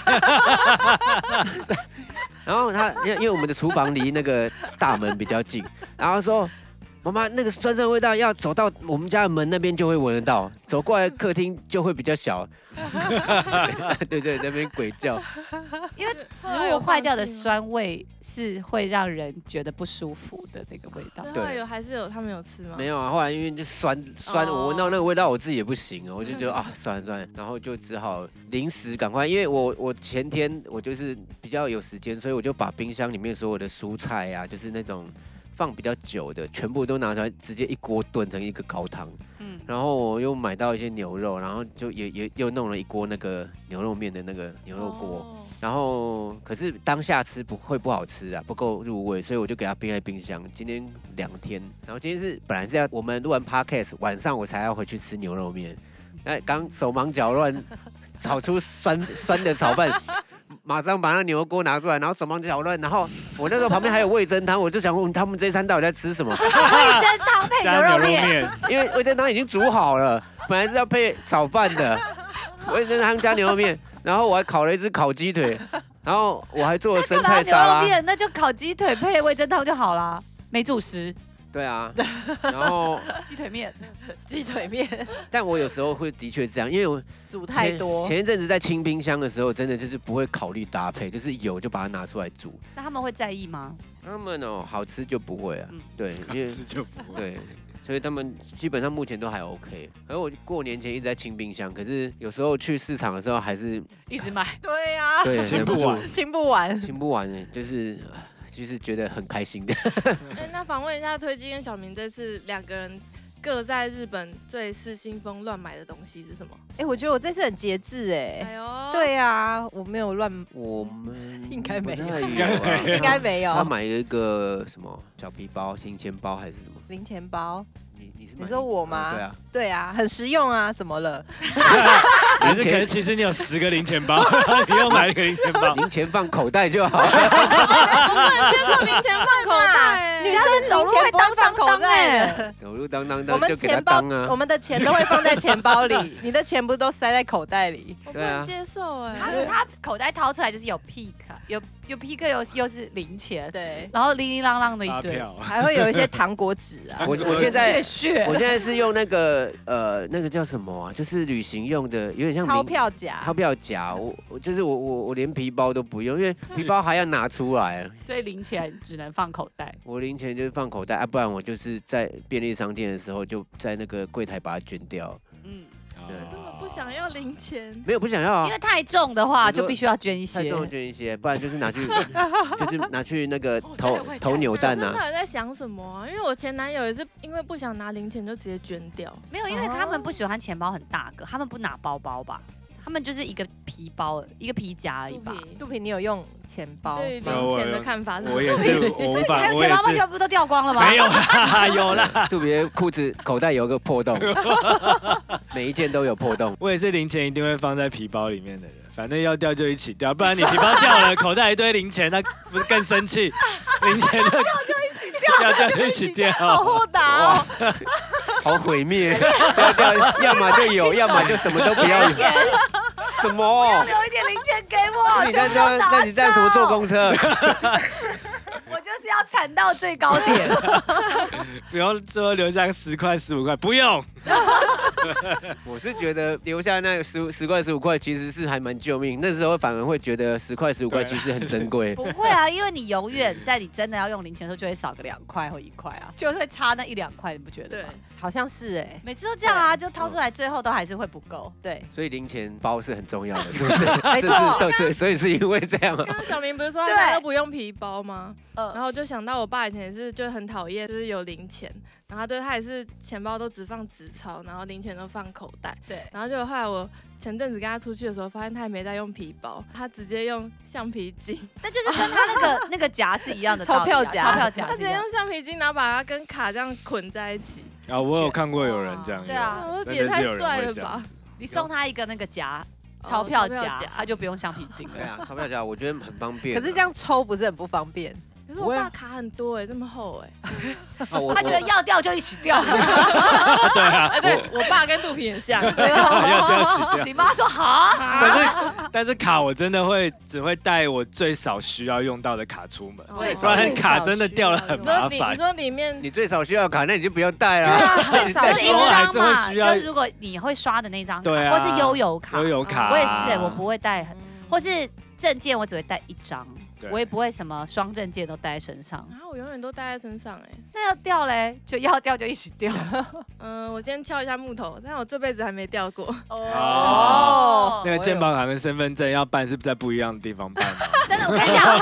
Speaker 1: 然后他因为因为我们的厨房离那个大门比较近，然后他说妈妈那个酸酸的味道要走到我们家的门那边就会闻得到，走过来客厅就会比较小。 对对，那边鬼叫。
Speaker 2: 因为食物坏掉的酸味是会让人觉得不舒服的那个味道
Speaker 4: 所以。
Speaker 1: 对
Speaker 4: 后来有还是有他们有吃吗？
Speaker 1: 没有啊，后来因为就酸酸，
Speaker 2: 哦
Speaker 1: 我闻到那个味道，我自己也不行啊，我就觉得啊，算了算了，然后就只好临时赶快，因为我我前天我就是比较有时间，所以我就把冰箱里面所有的蔬菜啊，就是那种放比较久的，全部都拿出来，直接一锅炖成一个高汤。
Speaker 2: 嗯，
Speaker 1: 然后我又买到一些牛肉，然后就也也又弄了一锅那个牛肉面的那个牛肉锅。
Speaker 4: 哦
Speaker 1: 然后可是当下吃不会不好吃啊，不够入味，所以我就给它冰在冰箱。今天两天，然后今天是本来是要我们录完 podcast 晚上我才要回去吃牛肉面，那刚手忙脚乱 炒出酸 酸的炒饭。马上把那牛肉锅拿出来，然后手忙脚乱，然后我那时候旁边还有味噌汤，我就想问他们这一餐到底在吃什么？
Speaker 2: 味噌汤配
Speaker 5: 加
Speaker 2: 牛
Speaker 5: 牛
Speaker 2: 肉
Speaker 5: 肉
Speaker 2: 面，
Speaker 5: 面，
Speaker 1: 因为味噌汤已经煮好了，本来是要配炒饭的，味噌汤加牛肉面，然后我还烤了一只烤鸡腿，然后我还做了生
Speaker 2: 干嘛
Speaker 1: 菜
Speaker 2: 要牛肉
Speaker 1: 沙拉。
Speaker 2: 面？那就烤鸡腿配味噌汤就好啦。没主食，
Speaker 1: 对啊，然后
Speaker 2: 鸡腿面。
Speaker 3: 鸡腿面
Speaker 1: 但我有时候会的确这样，因为我
Speaker 3: 煮
Speaker 1: 前
Speaker 3: 太多，
Speaker 1: 前一阵子在清冰箱的时候，真的就是不会考虑搭配，就是有就把它拿出来煮。
Speaker 2: 那他们会在意吗？
Speaker 1: 他们哦，好吃就不会啊
Speaker 2: 嗯，
Speaker 1: 对，因 为
Speaker 5: 这就不会。
Speaker 1: 对，所以他们基本上目前都还 OK。而我过年前一直在清冰箱，可是有时候去市场的时候还是
Speaker 2: 一直买，
Speaker 3: 对呀、
Speaker 1: 对
Speaker 5: 清
Speaker 1: 忍
Speaker 5: 不
Speaker 1: 住
Speaker 5: 完
Speaker 3: 清不完。
Speaker 1: 听不完哎，就是就是觉得很开心的。
Speaker 4: 哎，那访问一下推机跟小明这次两个人各在日本最失心疯乱买的东西是什么？
Speaker 3: 哎、我觉得我这次很节制哎、
Speaker 4: 哎呦，
Speaker 3: 对呀、我没有乱，
Speaker 1: 我们
Speaker 3: 应该没有
Speaker 1: 不太有啊，
Speaker 3: 应该没
Speaker 1: 他
Speaker 3: 有。
Speaker 1: 买了一个什么小皮包、新钱包还是什么？
Speaker 3: 零钱包，
Speaker 1: 你你是
Speaker 3: 你
Speaker 1: 买
Speaker 3: 说
Speaker 1: 一个
Speaker 3: 我
Speaker 1: 嗯
Speaker 3: 吗
Speaker 1: 对啊，
Speaker 3: 对啊，很实用啊，怎么了？
Speaker 5: 还是
Speaker 1: 零钱
Speaker 5: 可是其实你有十个零钱包，你要买一个零钱包，
Speaker 1: 零钱放口袋就好。
Speaker 4: 零钱放口袋，
Speaker 3: 女生哎走路会当哎放口袋，
Speaker 1: 走路当当
Speaker 3: 我
Speaker 1: 当
Speaker 3: 们
Speaker 1: 就给他
Speaker 3: 钱包
Speaker 1: 当，
Speaker 3: 我
Speaker 1: 啊。
Speaker 3: 们的钱都会放在钱包 里，你的钱不都塞在口袋里？
Speaker 4: 我不
Speaker 1: 对啊
Speaker 4: 能接受
Speaker 2: 他
Speaker 4: 哎。
Speaker 2: 是他口袋掏出来就是有 pick，啊有有 pick 又又是零钱，
Speaker 3: 对，
Speaker 2: 然后零零浪浪的一
Speaker 5: 发
Speaker 2: 堆，
Speaker 5: 票啊。
Speaker 3: 还会有一些糖果纸啊。
Speaker 1: 我我现在
Speaker 2: 血血
Speaker 1: 我现在是用那个呃那个叫什么啊？就是旅行用的，有点像
Speaker 3: 钞
Speaker 1: 名
Speaker 3: 票夹
Speaker 1: 钞，票夹。我我就是我我我连皮包都不用，因为皮包还要拿出来。
Speaker 2: 所以零钱只能放口袋。
Speaker 1: 我零钱就是放口袋啊，不然我就是在便利商店的时候就在那个柜台把它捐掉。
Speaker 2: 嗯，
Speaker 1: 对
Speaker 4: 这么不想要零钱，
Speaker 1: 没有不想要啊
Speaker 2: 因为。太重的话
Speaker 1: 我就
Speaker 2: 就必须要捐一
Speaker 1: 太
Speaker 2: 些。
Speaker 1: 重了捐一些，不然就是拿去， 就是拿去那个
Speaker 2: 我
Speaker 1: 投
Speaker 2: 待哦会
Speaker 1: 投
Speaker 2: 看
Speaker 1: 扭
Speaker 4: 我真
Speaker 1: 蛋
Speaker 4: 的
Speaker 1: 啊。
Speaker 4: 还在想什么啊？因为我前男友也是因为不想拿零钱就直接捐掉。
Speaker 2: 没有，因为他们不喜欢钱包很大个，他们不拿包包吧？他们就是一个皮包，一个皮夹而已吧。
Speaker 4: 对
Speaker 3: 杜平，你有用钱包？
Speaker 4: 对
Speaker 5: 有
Speaker 4: 零
Speaker 5: 我
Speaker 4: 钱的
Speaker 5: 有
Speaker 4: 看法是
Speaker 5: 我也是，我无
Speaker 2: 还
Speaker 5: 法，
Speaker 2: 有
Speaker 5: 我
Speaker 2: 钱
Speaker 5: 也
Speaker 2: 包不
Speaker 5: 是
Speaker 2: 全部都掉光了吗？
Speaker 5: 没有啦，有啦，
Speaker 1: 特别裤子口袋有个破 洞，每一件都有破洞。
Speaker 5: 我也是零钱一定会放在皮包里面的人，反正要掉就一起掉，不然你皮包掉了，口袋一堆零钱，那不是更生 气？零钱的 要掉就一起掉，
Speaker 3: 好豁达哦！
Speaker 1: 好毁灭， 要要要么就有，要么就什么都不要有。 什么？
Speaker 2: 留一点零钱给我
Speaker 1: 那你这样那你这样怎么坐公车？
Speaker 2: 我就是要惨到最高点。
Speaker 5: 不用最后留下十块十五块，不用。
Speaker 1: 我是觉得留下那十十块十五块其实是还蛮救命，那时候反而会觉得十块十五块
Speaker 5: 对
Speaker 1: 其实很珍贵。
Speaker 2: 不会啊，因为你永远在你真的要用零钱的时候，就会少个两块或一块啊， 就是会差那一两块，你不觉得
Speaker 4: 对
Speaker 2: 吗？，
Speaker 3: 好像是哎，
Speaker 2: 每次都这样啊，就掏出来，最后都还是会不够。
Speaker 3: 对，
Speaker 1: 所以零钱包是很重要的，是不是？
Speaker 3: 没
Speaker 1: 是不
Speaker 3: 错
Speaker 1: 是对对，所以是因为这样啊。
Speaker 4: 刚刚小明不是说他
Speaker 3: 对
Speaker 4: 家都不用皮包吗？然
Speaker 2: 呃，
Speaker 4: 后就想到我爸以前也是，就很讨厌，就是有零钱，然后对他也是钱包都只放纸钞，然后零钱都放口袋。
Speaker 2: 对，
Speaker 4: 然后就后来我前阵子跟他出去的时候，发现他也没在用皮包，他直接用橡皮筋，
Speaker 2: 那就是跟他那个那个夹是一样的道理啊，
Speaker 3: 钞票夹
Speaker 2: 钞票夹
Speaker 4: 他
Speaker 2: 是
Speaker 4: 直
Speaker 2: 一
Speaker 4: 接
Speaker 2: 样的。
Speaker 4: 用橡皮筋，然后把它跟卡这样捆在一起。
Speaker 5: 啊，我有看过有人这样用，
Speaker 2: 对啊
Speaker 4: 我说
Speaker 5: 真
Speaker 4: 也
Speaker 5: 的
Speaker 4: 太
Speaker 5: 是有人
Speaker 4: 帅
Speaker 5: 会
Speaker 4: 了
Speaker 5: 这样
Speaker 4: 吧！
Speaker 5: 子。
Speaker 2: 你送他一个那个夹，
Speaker 4: 哦
Speaker 2: 钞票
Speaker 4: 钞票
Speaker 2: 夹
Speaker 4: 夹，
Speaker 2: 他就不用橡皮筋
Speaker 1: 对
Speaker 2: 了。
Speaker 1: 啊，钞票夹我觉得很方便啊。
Speaker 3: 可是这样抽不是很不方便？
Speaker 4: 可是我
Speaker 1: 不会啊
Speaker 4: 爸卡很多哎、这么厚 哎、
Speaker 1: 啊我
Speaker 2: 他觉得要掉就一起掉，
Speaker 5: 对啊，
Speaker 4: 哎，对我爸跟肚皮很 像，
Speaker 5: 要掉起 掉
Speaker 2: 你妈说好，
Speaker 5: 但是但是卡我真的会只会带我最少需要用到的卡出门，
Speaker 4: 最
Speaker 5: 不然卡真的掉了
Speaker 4: 你
Speaker 5: 很麻
Speaker 4: 说里你
Speaker 5: 烦。
Speaker 4: 说里面
Speaker 1: 你最少需要卡，那你就不用带啦。
Speaker 3: 最少
Speaker 2: 就
Speaker 5: 对
Speaker 2: 是
Speaker 5: 有
Speaker 2: 印
Speaker 5: 时候还
Speaker 2: 章
Speaker 5: 是会
Speaker 2: 嘛，
Speaker 5: 需要
Speaker 2: 就是如果你会刷的那张卡，
Speaker 5: 对啊
Speaker 2: 或是悠游卡，
Speaker 5: 悠游卡，
Speaker 2: 我也是，欸我不会带很，或是证件我只会带一张
Speaker 5: 对，
Speaker 2: 我也不会什么双证件都带在身上。
Speaker 4: 然后我永远都带在身上哎、
Speaker 2: 那要掉嘞，就要掉就一起 掉。
Speaker 4: 嗯，我先敲一下木头，但我这辈子还没掉过。
Speaker 5: 哦那个
Speaker 1: 我
Speaker 5: 健
Speaker 1: 有
Speaker 5: 保卡跟身份证要办是不是在不一样的地方办 啊吗？
Speaker 2: 真的，我跟你 讲，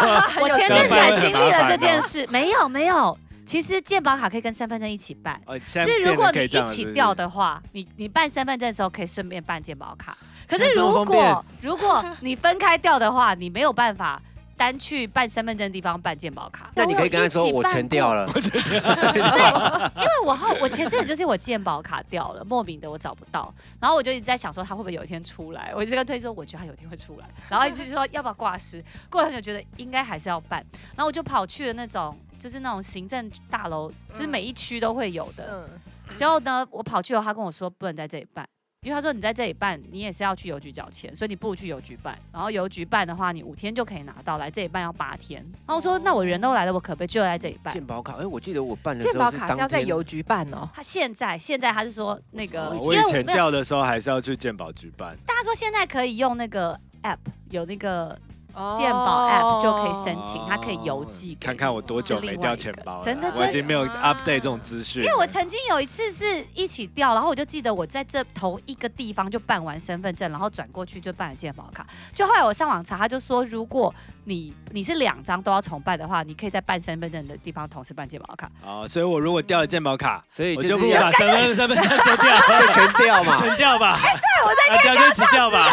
Speaker 2: 我前阵子还经历了这
Speaker 5: 哦
Speaker 2: 件事，没有没有，其实健保卡可以跟身份证一起办。
Speaker 5: 哦，现在
Speaker 2: 是如果
Speaker 5: 变得可
Speaker 2: 你
Speaker 5: 以这
Speaker 2: 一
Speaker 5: 样了
Speaker 2: 起
Speaker 5: 是不是
Speaker 2: 掉的话，你你办身份证的时候可以顺便办健保卡。可
Speaker 5: 这
Speaker 2: 是
Speaker 5: 么
Speaker 2: 如
Speaker 5: 方便
Speaker 2: 果如果你分开掉的话，你没有办法单去办身份证的地方办健保卡。
Speaker 1: 那你可以跟他说我全掉
Speaker 2: 了。
Speaker 1: 了，
Speaker 2: 对，因为我后我前阵子就是我健保卡掉了，莫名的我找不到，然后我就一直在想说他会不会有一天出来，我一直跟推说我觉得他有一天会出来，然后一直说要不要挂失，过了很久觉得应该还是要办，然后我就跑去了那种就是那种行政大楼，就是每一区都会有的，
Speaker 3: 嗯，
Speaker 2: 结果呢我跑去了，他跟我说不能在这里办。因为他说你在这里办，你也是要去邮局缴钱，所以你不如去邮局办。然后邮局办的话，你五天就可以拿到，来这里办要八天。然后我说，那我人都来了，我可不可以就在这里办？
Speaker 1: 健保卡，哎，我记得我办的时
Speaker 3: 健
Speaker 1: 候
Speaker 3: 保卡是要在
Speaker 1: 当天
Speaker 3: 邮局办哦。
Speaker 2: 他现在现在他是说那个，
Speaker 5: 哦
Speaker 2: 因
Speaker 5: 我
Speaker 2: 为
Speaker 5: 以
Speaker 2: 我
Speaker 5: 前
Speaker 2: 没有
Speaker 5: 掉的时候还是要去健保局办，
Speaker 2: 大家说现在可以用那个 app，有那个
Speaker 3: 哦
Speaker 2: 健保 app 就可以申请，它可以邮寄给你。
Speaker 5: 看看我多久没掉钱包了，啊
Speaker 2: 是另外一个真的啊
Speaker 5: 我已经没有
Speaker 4: 真的
Speaker 5: update 这种资讯了。
Speaker 2: 因为我曾经有一次是一起掉，然后我就记得我在这同一个地方就办完身份证，然后转过去就办了健保卡。就后来我上网查，他就说如果你你是两张都要重办的话，你可以在办身份证的地方同时办健保卡。
Speaker 5: 啊，所以我如果掉了健保卡，
Speaker 1: 所以
Speaker 5: 我
Speaker 1: 就
Speaker 5: 就是不如
Speaker 1: 要
Speaker 5: 把身份身份证丢 掉，
Speaker 1: 就全掉嘛。
Speaker 5: 全掉吧。
Speaker 2: 哎
Speaker 5: 对，我在掉就一起掉吧。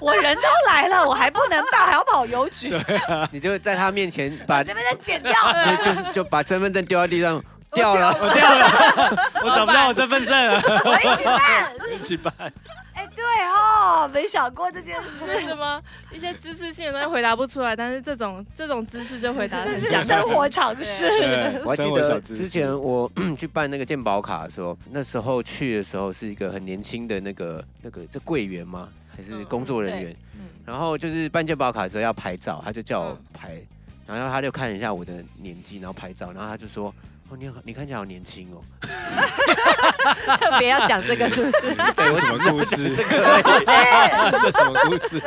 Speaker 2: 我人都来了，我还不能办，还要跑邮局，
Speaker 1: 你就在他面前把，就
Speaker 2: 身份证剪 掉了。
Speaker 1: 就是就把身份证丢在地上，掉了。
Speaker 5: 我掉了，我找不到我身份证了。
Speaker 2: 我一起办。
Speaker 5: 一起办，
Speaker 2: 哎、对哦，没想过这件事。
Speaker 4: 为什么一些知识性的东西回答不出来，但是这种这种知识就回答得
Speaker 2: 这
Speaker 4: 很
Speaker 2: 是
Speaker 4: 像。
Speaker 2: 生活常识。
Speaker 5: 对
Speaker 1: 我还记
Speaker 5: 生活小
Speaker 1: 得
Speaker 5: 知识
Speaker 1: 之前我 去办那个健保卡的时候，那时候去的时候是一个很年轻的那个那个这柜员吗？还是工作人员？
Speaker 4: 嗯，
Speaker 1: 然后就是办健保卡的时候要拍照，他就叫我
Speaker 4: 嗯
Speaker 1: 拍，然后他就看一下我的年纪，然后拍照，然后他就说：“哦，你好你看起来好年轻哦。
Speaker 3: 特别要讲这个是不是？
Speaker 5: 这是什么故事？这 这什么故 事？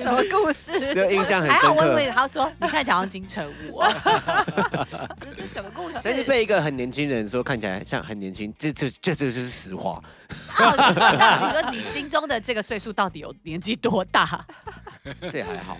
Speaker 3: 什么故”事？
Speaker 1: 这个印象很
Speaker 2: 还好
Speaker 1: 深
Speaker 2: 我以
Speaker 1: 刻
Speaker 2: 为。他说你看起来好像金城武、哦， 这是什么故事？
Speaker 1: 但是 被一个很年轻人说看起来像很年轻，这这这这就是实话。
Speaker 2: 哦你知道你说你心中的这个岁数到底有年纪多大？
Speaker 1: 这还好，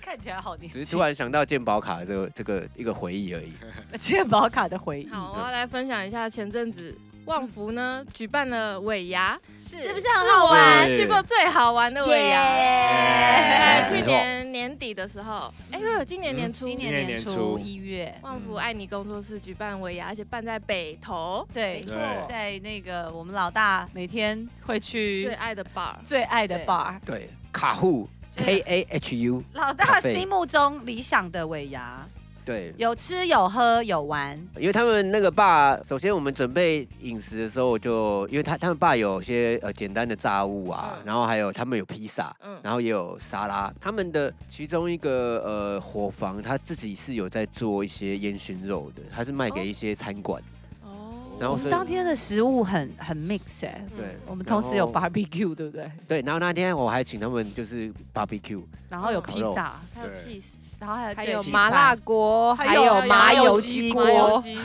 Speaker 2: 看起来好年
Speaker 1: 只是
Speaker 2: 轻
Speaker 1: 突。然想到健保卡这个这个一个回忆而已。
Speaker 2: 健保卡的回忆，
Speaker 4: 好，我要来分享一下前阵子旺福呢举办了尾牙，
Speaker 3: 是
Speaker 2: 是不是很好玩？
Speaker 4: 我
Speaker 5: 对
Speaker 4: 去过最好玩的尾牙，
Speaker 5: 哎
Speaker 4: 在
Speaker 1: 没
Speaker 4: 去
Speaker 1: 错
Speaker 4: 年年底的时候，哎，不是今年年嗯初，
Speaker 2: 今
Speaker 5: 年
Speaker 2: 年
Speaker 5: 年
Speaker 2: 年
Speaker 5: 初
Speaker 2: 初一月，
Speaker 4: 旺
Speaker 1: 嗯
Speaker 4: 福爱你工作室举办尾牙，而且办在北投
Speaker 2: 对
Speaker 5: 对，
Speaker 2: 在那个我们老大每天会
Speaker 4: 最
Speaker 2: 去
Speaker 4: 爱的 bar。
Speaker 2: 最爱的
Speaker 4: 对
Speaker 2: bar，
Speaker 1: 对，卡户 K A H U，
Speaker 2: 老
Speaker 1: 咖
Speaker 2: 大
Speaker 1: 啡
Speaker 2: 心目中理想的尾牙。
Speaker 1: 对，
Speaker 2: 有吃有喝有玩，
Speaker 1: 因为他们那个爸，首先我们准备饮食的时候就，因为他他们爸有些呃简单的炸物啊，
Speaker 4: 嗯
Speaker 1: 然后还有他们有披萨，
Speaker 4: 嗯，
Speaker 1: 然后也有沙拉。他们的其中一个呃伙房，他自己是有在做一些烟熏肉的，他是卖给一些餐馆。
Speaker 4: 哦
Speaker 1: 然后
Speaker 2: 我
Speaker 1: 所以
Speaker 2: 们当天的食物很很 mix 哎、
Speaker 1: 对，
Speaker 2: 我们同时有
Speaker 1: 然后
Speaker 2: barbecue 对不对？
Speaker 1: 对，然后那天我还请他们就是 barbecue，
Speaker 2: 然后有披萨，
Speaker 4: 还有
Speaker 5: 对
Speaker 4: cheese，
Speaker 2: 然后还有
Speaker 3: 还
Speaker 2: 对
Speaker 3: 有
Speaker 2: 鸡
Speaker 3: 麻
Speaker 2: 排
Speaker 3: 辣锅，
Speaker 2: 还
Speaker 3: 还
Speaker 2: 有
Speaker 3: 有麻油
Speaker 2: 鸡
Speaker 3: 鸡
Speaker 2: 锅
Speaker 3: 锅
Speaker 4: 麻，油鸡，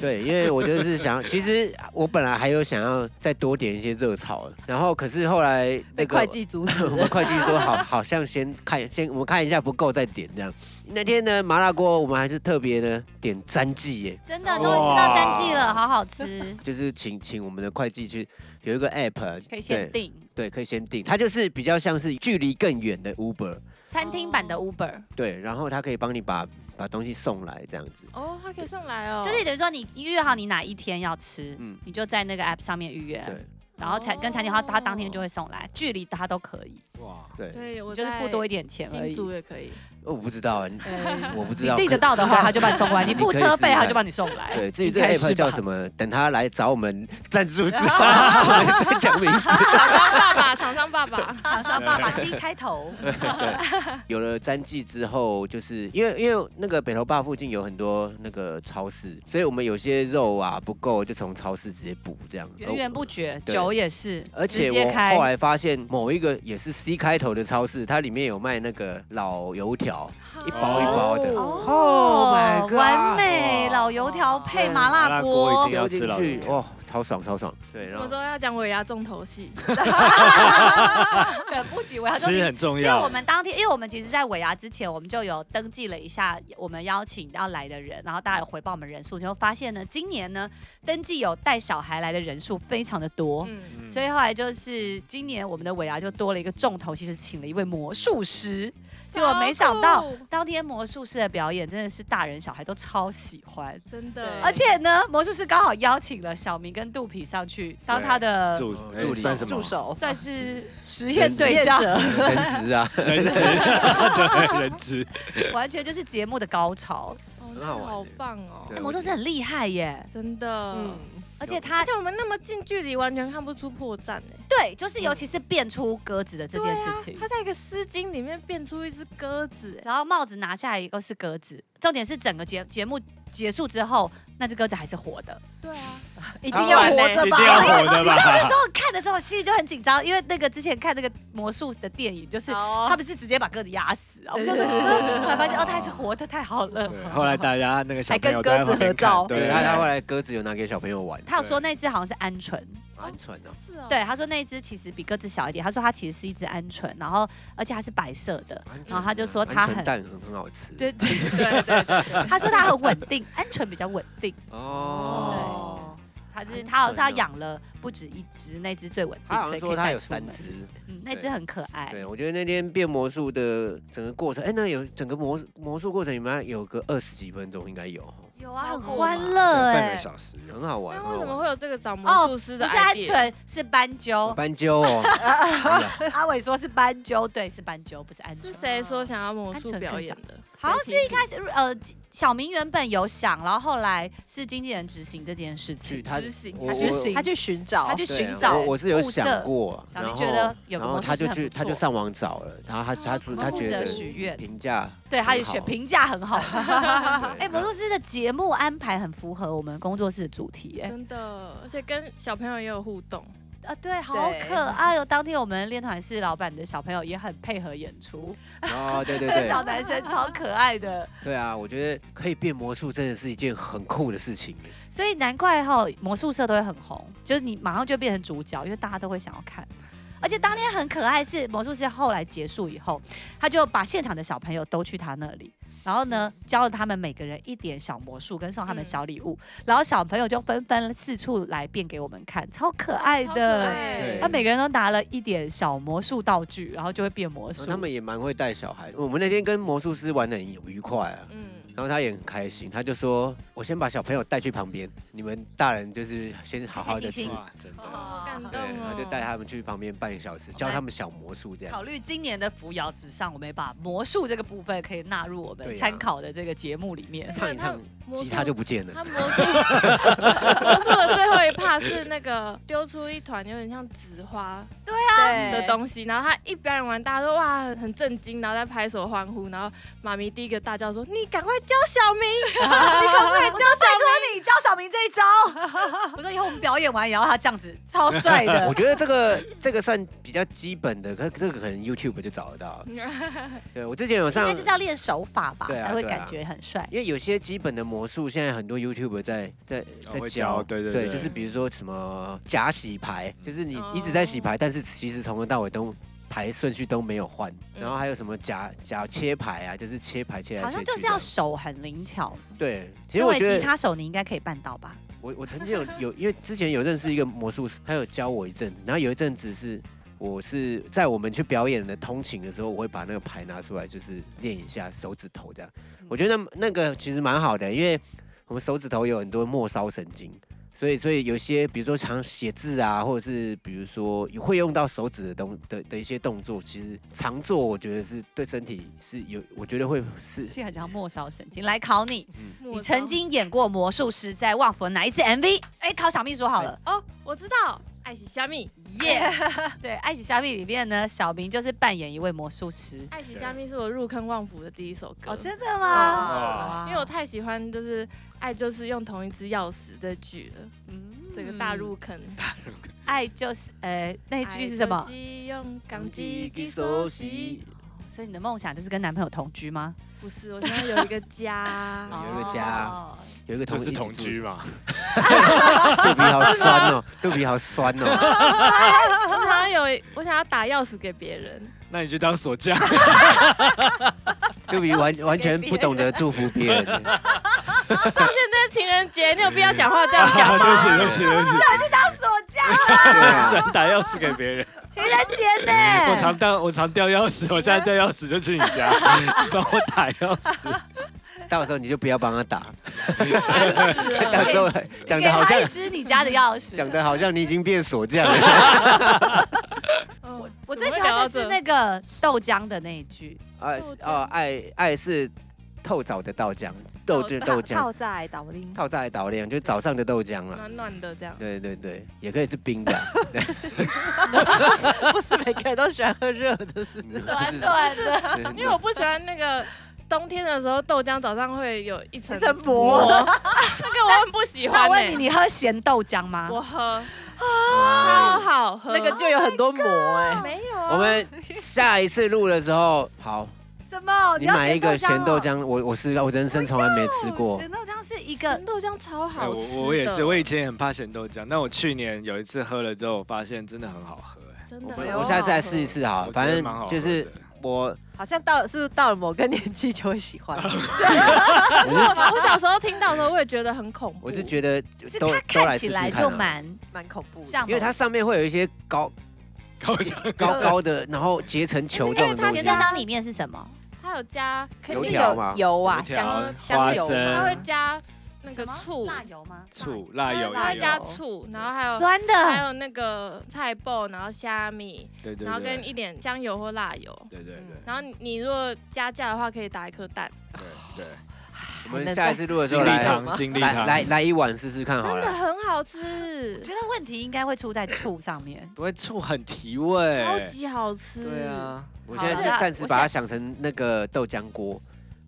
Speaker 1: 对，因为我就是想，其实我本来还有想要再多点一些热炒，然后可是后来那
Speaker 3: 被
Speaker 1: 个
Speaker 3: 会计阻止
Speaker 1: 我们会计说好，好像先看，先我们看一下不够再点这样。那天呢，麻辣锅我们还是特别呢点詹记耶，，
Speaker 2: 真的
Speaker 5: 哇
Speaker 2: 终于吃到詹记了，好好吃
Speaker 1: 就是请请我们的会计去有一个 app，
Speaker 2: 可以
Speaker 1: 对
Speaker 2: 限定
Speaker 1: 对，可以先订，它就是比较像是距离更远的 Uber，
Speaker 2: 餐厅版
Speaker 1: 哦
Speaker 2: 的 Uber，、
Speaker 1: 对，然后它可以帮你把把东西送来这样子。
Speaker 4: 哦，他可以上来哦，
Speaker 2: 就是等于说你预约好你哪一天要吃，
Speaker 1: 嗯
Speaker 2: 你就在那个 app 上面预约，
Speaker 1: 对
Speaker 2: 然后餐跟餐厅他他当天就
Speaker 4: 会，
Speaker 2: 会送来，距离他都可以，
Speaker 5: 哇，
Speaker 1: 对，
Speaker 4: 所以我
Speaker 2: 就是付多一点钱而
Speaker 4: 新
Speaker 2: 已。
Speaker 4: 竹也可以，
Speaker 1: 哦我不知道，你
Speaker 2: 呃
Speaker 1: 我不知
Speaker 2: 你
Speaker 1: 道。
Speaker 2: 订得
Speaker 1: 可
Speaker 2: 到的话，他就把你送 过来；你
Speaker 1: 你可
Speaker 2: 付
Speaker 1: 以
Speaker 2: 车
Speaker 1: 试试
Speaker 2: 费，他
Speaker 1: 看
Speaker 2: 就把你送 来。
Speaker 1: 对，至于
Speaker 2: 应
Speaker 1: 这个
Speaker 2: 该是
Speaker 1: app 叫
Speaker 2: 吧
Speaker 1: 什么，等他来找我们赞助 之后，我们再讲名字。
Speaker 4: 厂商爸爸，厂商爸爸，
Speaker 2: 厂商爸爸 C 开头，
Speaker 1: 有了詹记之后，就是因为因为那个北头坝附近有很多那个超市，所以我们有些肉啊不够，就从超市直接补这样。
Speaker 2: 源源不绝，
Speaker 1: 对
Speaker 2: 酒也是，
Speaker 1: 而
Speaker 2: 直
Speaker 1: 且
Speaker 2: 接
Speaker 1: 我
Speaker 2: 开
Speaker 1: 后。来发现某一个也是 C 开头的超市，它里面有卖那个老油条，一包一包的。
Speaker 2: 哦
Speaker 1: Oh my god
Speaker 2: 完美
Speaker 1: 哇
Speaker 2: 老油条配麻
Speaker 5: 麻
Speaker 2: 辣
Speaker 5: 辣
Speaker 2: 锅
Speaker 5: 锅 一，定要吃老油
Speaker 1: 去
Speaker 5: 条
Speaker 1: 哇，超爽超爽。对，
Speaker 4: 什
Speaker 1: 然
Speaker 4: 么
Speaker 1: 后
Speaker 4: 时候要讲尾牙重头戏？
Speaker 2: 等不及尾牙就
Speaker 5: 吃很重
Speaker 2: 所以我
Speaker 5: 要。
Speaker 2: 们当天，因为我们其实，在尾牙之前，我们就有登记了一下我们邀请要来的人，然后大家有回报我们人数，就发现呢，今年呢，登记有带小孩来的人数非常的
Speaker 1: 哦
Speaker 2: 多。
Speaker 4: 嗯，
Speaker 2: 所以后来就是今年我们的尾牙就多了一个重头戏，是请了一位魔术师。结果没想到
Speaker 4: 超酷
Speaker 2: 当天魔术师的表演真的是大人小孩都超喜欢，
Speaker 4: 真
Speaker 3: 对
Speaker 4: 的，
Speaker 2: 而且呢，魔术师刚好邀请了小明跟肚皮上去当他的
Speaker 5: 助
Speaker 1: 呃
Speaker 5: 助
Speaker 1: 助理
Speaker 5: 哎算什么？
Speaker 3: 助手
Speaker 2: 算是实验对象，
Speaker 3: 实验者
Speaker 1: 人质 啊，
Speaker 5: 人质，对人质，
Speaker 2: 完全就是节目的高潮。
Speaker 4: 哦
Speaker 1: 很
Speaker 4: 那
Speaker 1: 好玩
Speaker 4: 好
Speaker 1: 欸
Speaker 4: 棒哦，
Speaker 1: 对
Speaker 2: 哎魔术师很厉害耶，
Speaker 4: 真的。
Speaker 2: 哦
Speaker 3: 嗯，
Speaker 2: 而且
Speaker 4: 而
Speaker 2: 他
Speaker 4: 且我们那么近距离，完全看不出破绽哎。
Speaker 2: 对，就是尤其是变出鸽子的这件事情
Speaker 4: 对啊，。他在一个丝巾里面变出一只鸽子哎，
Speaker 2: 然后帽子拿下来一个是鸽子，重点是整个节节目结束之后，那只鸽子还是活的。
Speaker 4: 对啊，
Speaker 3: 一定要活着
Speaker 5: 一定要
Speaker 3: 吧？
Speaker 5: 活
Speaker 2: 那
Speaker 5: 的吧？
Speaker 2: 时候看的时候心里就很紧张，因为那个之前看那个魔术的电影，就是他
Speaker 4: 他
Speaker 2: 们是直接把鸽子压死啊，我们就是
Speaker 5: 对
Speaker 2: 突然发现哦，它还是活的，太好了。
Speaker 5: 对，后来大家那个小朋友
Speaker 3: 还跟鸽
Speaker 5: 都在
Speaker 3: 子
Speaker 5: 旁边
Speaker 3: 合照
Speaker 5: 看对，
Speaker 1: 对，他他后来鸽子有拿给小朋友玩，
Speaker 2: 他有说那只好像是鹌鹑，
Speaker 1: 蛮蠢的。
Speaker 4: 是哦，
Speaker 2: 对，他说那只其实比鸽子小一点，他说它其实是一只鹌鹑，然后而且它是白色的，然后他就说他
Speaker 1: 鹌鹑
Speaker 2: 很，
Speaker 1: 蛋很很好吃。
Speaker 2: 对对对对，他说它很稳定，鹌鹑比较稳定，
Speaker 1: 哦。
Speaker 2: 对。他是
Speaker 1: 鹌鹑
Speaker 2: 他好像
Speaker 1: 啊
Speaker 2: 是养了不止一只，那只最稳定，
Speaker 1: 他好
Speaker 2: 所以
Speaker 1: 像说
Speaker 2: 可以
Speaker 1: 他
Speaker 2: 带
Speaker 1: 有
Speaker 2: 出门哎
Speaker 1: 三，只，
Speaker 2: 嗯，那只
Speaker 1: 对
Speaker 2: 很可爱。
Speaker 1: 对我觉得那天变魔术的整个过程，哎，那有整个魔魔术过程里面有个二十几分钟，应该有，
Speaker 2: 有啊，很
Speaker 4: 超过
Speaker 2: 欢
Speaker 4: 嘛
Speaker 2: 乐
Speaker 5: 半
Speaker 2: 哎、
Speaker 5: 个小时有
Speaker 1: 很好玩。
Speaker 4: 那
Speaker 1: 很好
Speaker 4: 为什么
Speaker 1: 玩
Speaker 4: 会有这个找
Speaker 2: 哦
Speaker 4: 魔术师
Speaker 2: 不
Speaker 4: 的
Speaker 2: 是鹌
Speaker 4: idea？
Speaker 2: 鹑，是斑鸠。
Speaker 1: 斑鸠 哦，
Speaker 2: 阿伟说是斑鸠，对，是斑鸠，不是鹌鹑。
Speaker 4: 是谁说想要魔术表演的？
Speaker 2: 好像是一开始呃，小明原本有想，然后后来是经纪人执行这件事
Speaker 1: 去
Speaker 2: 情，
Speaker 1: 他
Speaker 4: 执行
Speaker 1: 我我
Speaker 2: 他执行
Speaker 3: 他去寻找，
Speaker 2: 他去
Speaker 1: 对啊
Speaker 2: 寻找
Speaker 1: 我我是有
Speaker 2: 物色
Speaker 1: 想过，
Speaker 2: 小
Speaker 1: 然
Speaker 2: 明
Speaker 1: 后
Speaker 2: 觉得有个
Speaker 1: 然后
Speaker 2: 魔术
Speaker 1: 他
Speaker 2: 师
Speaker 1: 就
Speaker 2: 很
Speaker 1: 去
Speaker 2: 不
Speaker 1: 他就
Speaker 2: 错哦
Speaker 1: 上网找了，然后他他说他
Speaker 2: 负
Speaker 1: 觉
Speaker 2: 责
Speaker 1: 得
Speaker 2: 许愿，
Speaker 1: 评价
Speaker 2: 对，他也
Speaker 1: 很
Speaker 2: 选
Speaker 1: 好
Speaker 2: 评价很 好。
Speaker 1: 哎
Speaker 2: 哎，魔术师的节目安排很符合我们工作室的主题，哎，
Speaker 4: 真的，而且跟小朋友也有互动，
Speaker 2: 啊，对，好
Speaker 3: 对
Speaker 2: 可爱哦！当天我们练团室老板的小朋友也很配合演出，
Speaker 1: 哦，对对
Speaker 2: 那个 小
Speaker 1: 对，
Speaker 2: 男生超可爱的。
Speaker 1: 对啊，我觉得可以变魔术真的是一件很酷的事情。
Speaker 2: 所以难怪哈、魔术社都会很红，就是你马上就变成主角，因为大家都会想要看。而且当天很可爱，是魔术师后来结束以后，他就把现场的小朋友都去他那里，然后呢教了他们每个人一点小魔术，跟送他们
Speaker 4: 嗯
Speaker 2: 小礼物，然后小朋友就纷纷四处来变给我们看，超可爱
Speaker 4: 超可
Speaker 2: 的。
Speaker 4: 爱
Speaker 1: 对
Speaker 2: 他每个人都拿了一点小魔术道具，然后就会变魔
Speaker 1: 然
Speaker 2: 术。
Speaker 1: 后他们也蛮会带小孩，我们那天跟魔术师玩的很愉快啊。
Speaker 4: 嗯，
Speaker 1: 然后他也很开心，他就说：“我先把小朋友带去旁边，你们大人就是先好好的
Speaker 2: 开心
Speaker 1: 吃。
Speaker 2: 心”
Speaker 5: 哇，真的。
Speaker 4: 好感动哦
Speaker 1: 对，然后就带他们去旁边半个小时，教他们小魔术这样
Speaker 2: 考。虑今年的扶摇直上，我们也把魔术这个部分可以纳入我们
Speaker 1: 对啊
Speaker 2: 参考的这个节目里面。
Speaker 1: 唱一唱，
Speaker 4: 魔
Speaker 1: 吉
Speaker 4: 术
Speaker 1: 他就不见了。
Speaker 4: 他魔术，魔术的最后一趴是那个丢出一团有点像纸花
Speaker 2: 啊
Speaker 3: 对
Speaker 4: 的东西，然后他一表演完，大家都哇很震惊，然后在拍手欢呼，然后妈咪第一个大叫说：“你赶快教小明，你赶快教小明
Speaker 2: 你教小明这一招， 我说以后我们表演完也要他这样子，超帅
Speaker 1: 我
Speaker 2: 的。
Speaker 1: 觉得这个这个算比较基本的，可这个可能 YouTube 就找得到。对我之前有
Speaker 2: 应
Speaker 1: 上
Speaker 2: 该，就是要练手法吧，
Speaker 1: 对啊
Speaker 2: 才会
Speaker 1: 对啊
Speaker 2: 感觉很帅。
Speaker 1: 因为有些基本的魔术，现在很多 YouTube 在在
Speaker 5: 哦
Speaker 1: 在
Speaker 5: 会
Speaker 1: 教，
Speaker 5: 教对对嗯对
Speaker 1: 就是比如说什么假洗牌，就是你
Speaker 4: 哦
Speaker 1: 一直在洗牌，但是其实从头到尾都牌顺序都没有换，
Speaker 4: 嗯
Speaker 1: 然后还有什么假假切牌啊，就是切牌切来切去
Speaker 2: 好
Speaker 1: 这样，
Speaker 2: 像就是要手很灵巧，
Speaker 1: 对。其实
Speaker 2: 身
Speaker 1: 我
Speaker 2: 为
Speaker 1: 觉
Speaker 2: 吉
Speaker 1: 得
Speaker 2: 他手你应该可以办到吧？
Speaker 1: 我我曾经有有，因为之前有认识一个魔术师，他有教我一阵子，然后有一阵子是。我是在我们去表演的通勤的时候，我会把那个牌拿出来，就是练一下手指头这样。我觉得那那个其实蛮好的，因为我们手指头有很多末梢神经，所以所以有些比如说常写字啊，或者是比如说会用到手指的东的的一些动作，其实常做我觉得是对身体是有，我觉得会是
Speaker 2: 其实很像末梢神经。来考你，你
Speaker 4: 你
Speaker 2: 曾经演过魔术师，在旺福的哪一支 MV？哎，考小秘书好了。
Speaker 4: 哦，我知道，爱喜虾米，
Speaker 2: 耶、 对，《爱情虾米》里面呢，小明就是扮演一位魔术师。
Speaker 4: 爱喜虾米是我入坑旺福的第一首歌。
Speaker 2: 的哦
Speaker 5: 吗
Speaker 4: 因为我太喜欢就是爱就是用同一只钥匙这句了，
Speaker 2: 嗯
Speaker 4: 这个大入坑。
Speaker 2: 爱就是呃嗯那一句是什么？
Speaker 4: 用港机给熟悉。
Speaker 2: 所以你的梦想就是跟男朋友同居吗？
Speaker 4: 不是，我现在有一个
Speaker 1: 有
Speaker 4: 家。
Speaker 1: 一个家
Speaker 2: 哦
Speaker 1: 有一个同
Speaker 5: 就是
Speaker 1: 一起
Speaker 5: 同
Speaker 1: 住
Speaker 5: 居嘛，
Speaker 1: 肚皮好酸 哦，肚皮好酸哦。
Speaker 4: 我想要有，我想要打钥匙给 别人。
Speaker 5: 那你就当锁匠。
Speaker 1: 肚皮完完全不懂得祝福别 人，
Speaker 4: 趁现在情人节，你有必要讲话这样讲
Speaker 5: 对不起，对不起，对不起，
Speaker 2: 锁匠
Speaker 1: 对
Speaker 5: 喜
Speaker 1: 啊
Speaker 5: 欢打钥匙给别人。
Speaker 2: 情人节
Speaker 5: 我
Speaker 2: 呢？
Speaker 5: 常掉，我常掉钥匙，我现在掉钥匙就去你家，帮我打钥匙。
Speaker 1: 到时候你就不要帮他打， 到时候讲
Speaker 2: 给
Speaker 1: 的好
Speaker 2: 他
Speaker 1: 像
Speaker 2: 一支你家的钥匙。
Speaker 1: 讲的好像你已经变锁匠 了。
Speaker 4: 我
Speaker 2: 我最喜欢的是那个豆浆的那一 句，
Speaker 1: 啊哦，爱爱是透早的豆浆，豆就是豆浆，
Speaker 3: 套在倒拎。
Speaker 1: 套在倒量就是早上的豆浆了。
Speaker 4: 暖暖的这样。
Speaker 1: 对对对，也可以是冰的，
Speaker 3: 不是每个人都喜欢喝热的，
Speaker 1: 嗯
Speaker 3: 是不是？
Speaker 2: 短短的，
Speaker 1: 因
Speaker 4: 因为我不喜欢那个冬天的时候，豆浆早上会有一 层
Speaker 3: 一层膜，
Speaker 4: 那个我很不喜
Speaker 2: 那
Speaker 4: 欢
Speaker 2: 我
Speaker 4: 呢、
Speaker 2: 问你，你喝咸豆浆吗？
Speaker 4: 我喝超
Speaker 1: 啊
Speaker 4: 好喝，
Speaker 3: 那个就有很多膜哎。
Speaker 4: 没有啊。
Speaker 1: 我们下一次录的时候，好，
Speaker 3: 什么
Speaker 1: 哦你买一个咸豆
Speaker 3: 哦
Speaker 1: 浆，我我试，我人生从来没吃过。
Speaker 2: 咸豆浆是一个
Speaker 4: 咸豆浆超
Speaker 1: 哎
Speaker 4: 好
Speaker 5: 哎我
Speaker 4: 吃的
Speaker 5: 我也是，我以前也很怕咸豆浆，但我去年有一次喝了之后，我发现真的很好喝。哎
Speaker 4: 真
Speaker 1: 我
Speaker 4: 的哦
Speaker 1: 们
Speaker 3: 哎呦
Speaker 1: 我下次再试一试好了，
Speaker 5: 我觉得
Speaker 1: 反
Speaker 5: 蛮好
Speaker 1: 正
Speaker 5: 喝
Speaker 1: 就是
Speaker 5: 的
Speaker 1: 我
Speaker 3: 好像到是不是到了某个年纪就会喜欢？
Speaker 4: 我我小时候听到的时候，我也觉得很恐怖。
Speaker 1: 我是觉得
Speaker 2: 是
Speaker 1: 都都
Speaker 2: 它
Speaker 1: 来
Speaker 2: 看
Speaker 1: 试
Speaker 2: 起
Speaker 1: 试
Speaker 2: 来
Speaker 1: 看
Speaker 2: 就
Speaker 1: 啊，
Speaker 2: 蛮
Speaker 3: 蛮恐怖的，
Speaker 2: 像某，
Speaker 1: 因为它上面会有一些高
Speaker 5: 高
Speaker 1: 高高的，然后结成球状的
Speaker 4: 它
Speaker 1: 东西
Speaker 2: 咸
Speaker 4: 现
Speaker 2: 豆
Speaker 4: 在。
Speaker 2: 浆里面是什么？
Speaker 4: 它有加，
Speaker 3: 可
Speaker 1: 油
Speaker 3: 是
Speaker 1: 条
Speaker 3: 有
Speaker 1: 嘛
Speaker 3: 油啊，
Speaker 5: 油条
Speaker 3: 香香
Speaker 5: 花
Speaker 3: 油
Speaker 5: 生
Speaker 4: 它
Speaker 3: 啊，
Speaker 4: 会加那
Speaker 2: 什
Speaker 4: 个
Speaker 2: 么
Speaker 4: 醋，
Speaker 2: 辣油吗？
Speaker 5: 醋辣油
Speaker 4: 它
Speaker 5: 也
Speaker 4: 会
Speaker 5: 有，
Speaker 4: 加醋，然后还有
Speaker 2: 酸
Speaker 4: 还
Speaker 2: 的，
Speaker 4: 有那个菜爆，然后虾米，
Speaker 5: 对对对，
Speaker 4: 然后跟一点香油或辣油。
Speaker 5: 对
Speaker 2: 嗯
Speaker 5: 对对
Speaker 4: 然后你你如果加价的话，可以打一颗蛋，
Speaker 5: 对，
Speaker 1: 我们下一次录的时
Speaker 5: 金
Speaker 1: 候
Speaker 5: 丽
Speaker 1: 来
Speaker 5: 汤，金丽
Speaker 1: 来
Speaker 5: 汤，
Speaker 1: 来来一碗试试看好
Speaker 4: 真的
Speaker 1: 了。
Speaker 4: 很好
Speaker 2: 我
Speaker 4: 吃，
Speaker 2: 觉得问题应该会出在醋上面。
Speaker 5: 不会醋很提味，
Speaker 4: 超级好吃。
Speaker 5: 对，
Speaker 3: 嗯
Speaker 5: 啊，
Speaker 1: 我现在
Speaker 2: 好
Speaker 1: 是
Speaker 2: 的
Speaker 1: 暂时把它想成那个豆浆锅，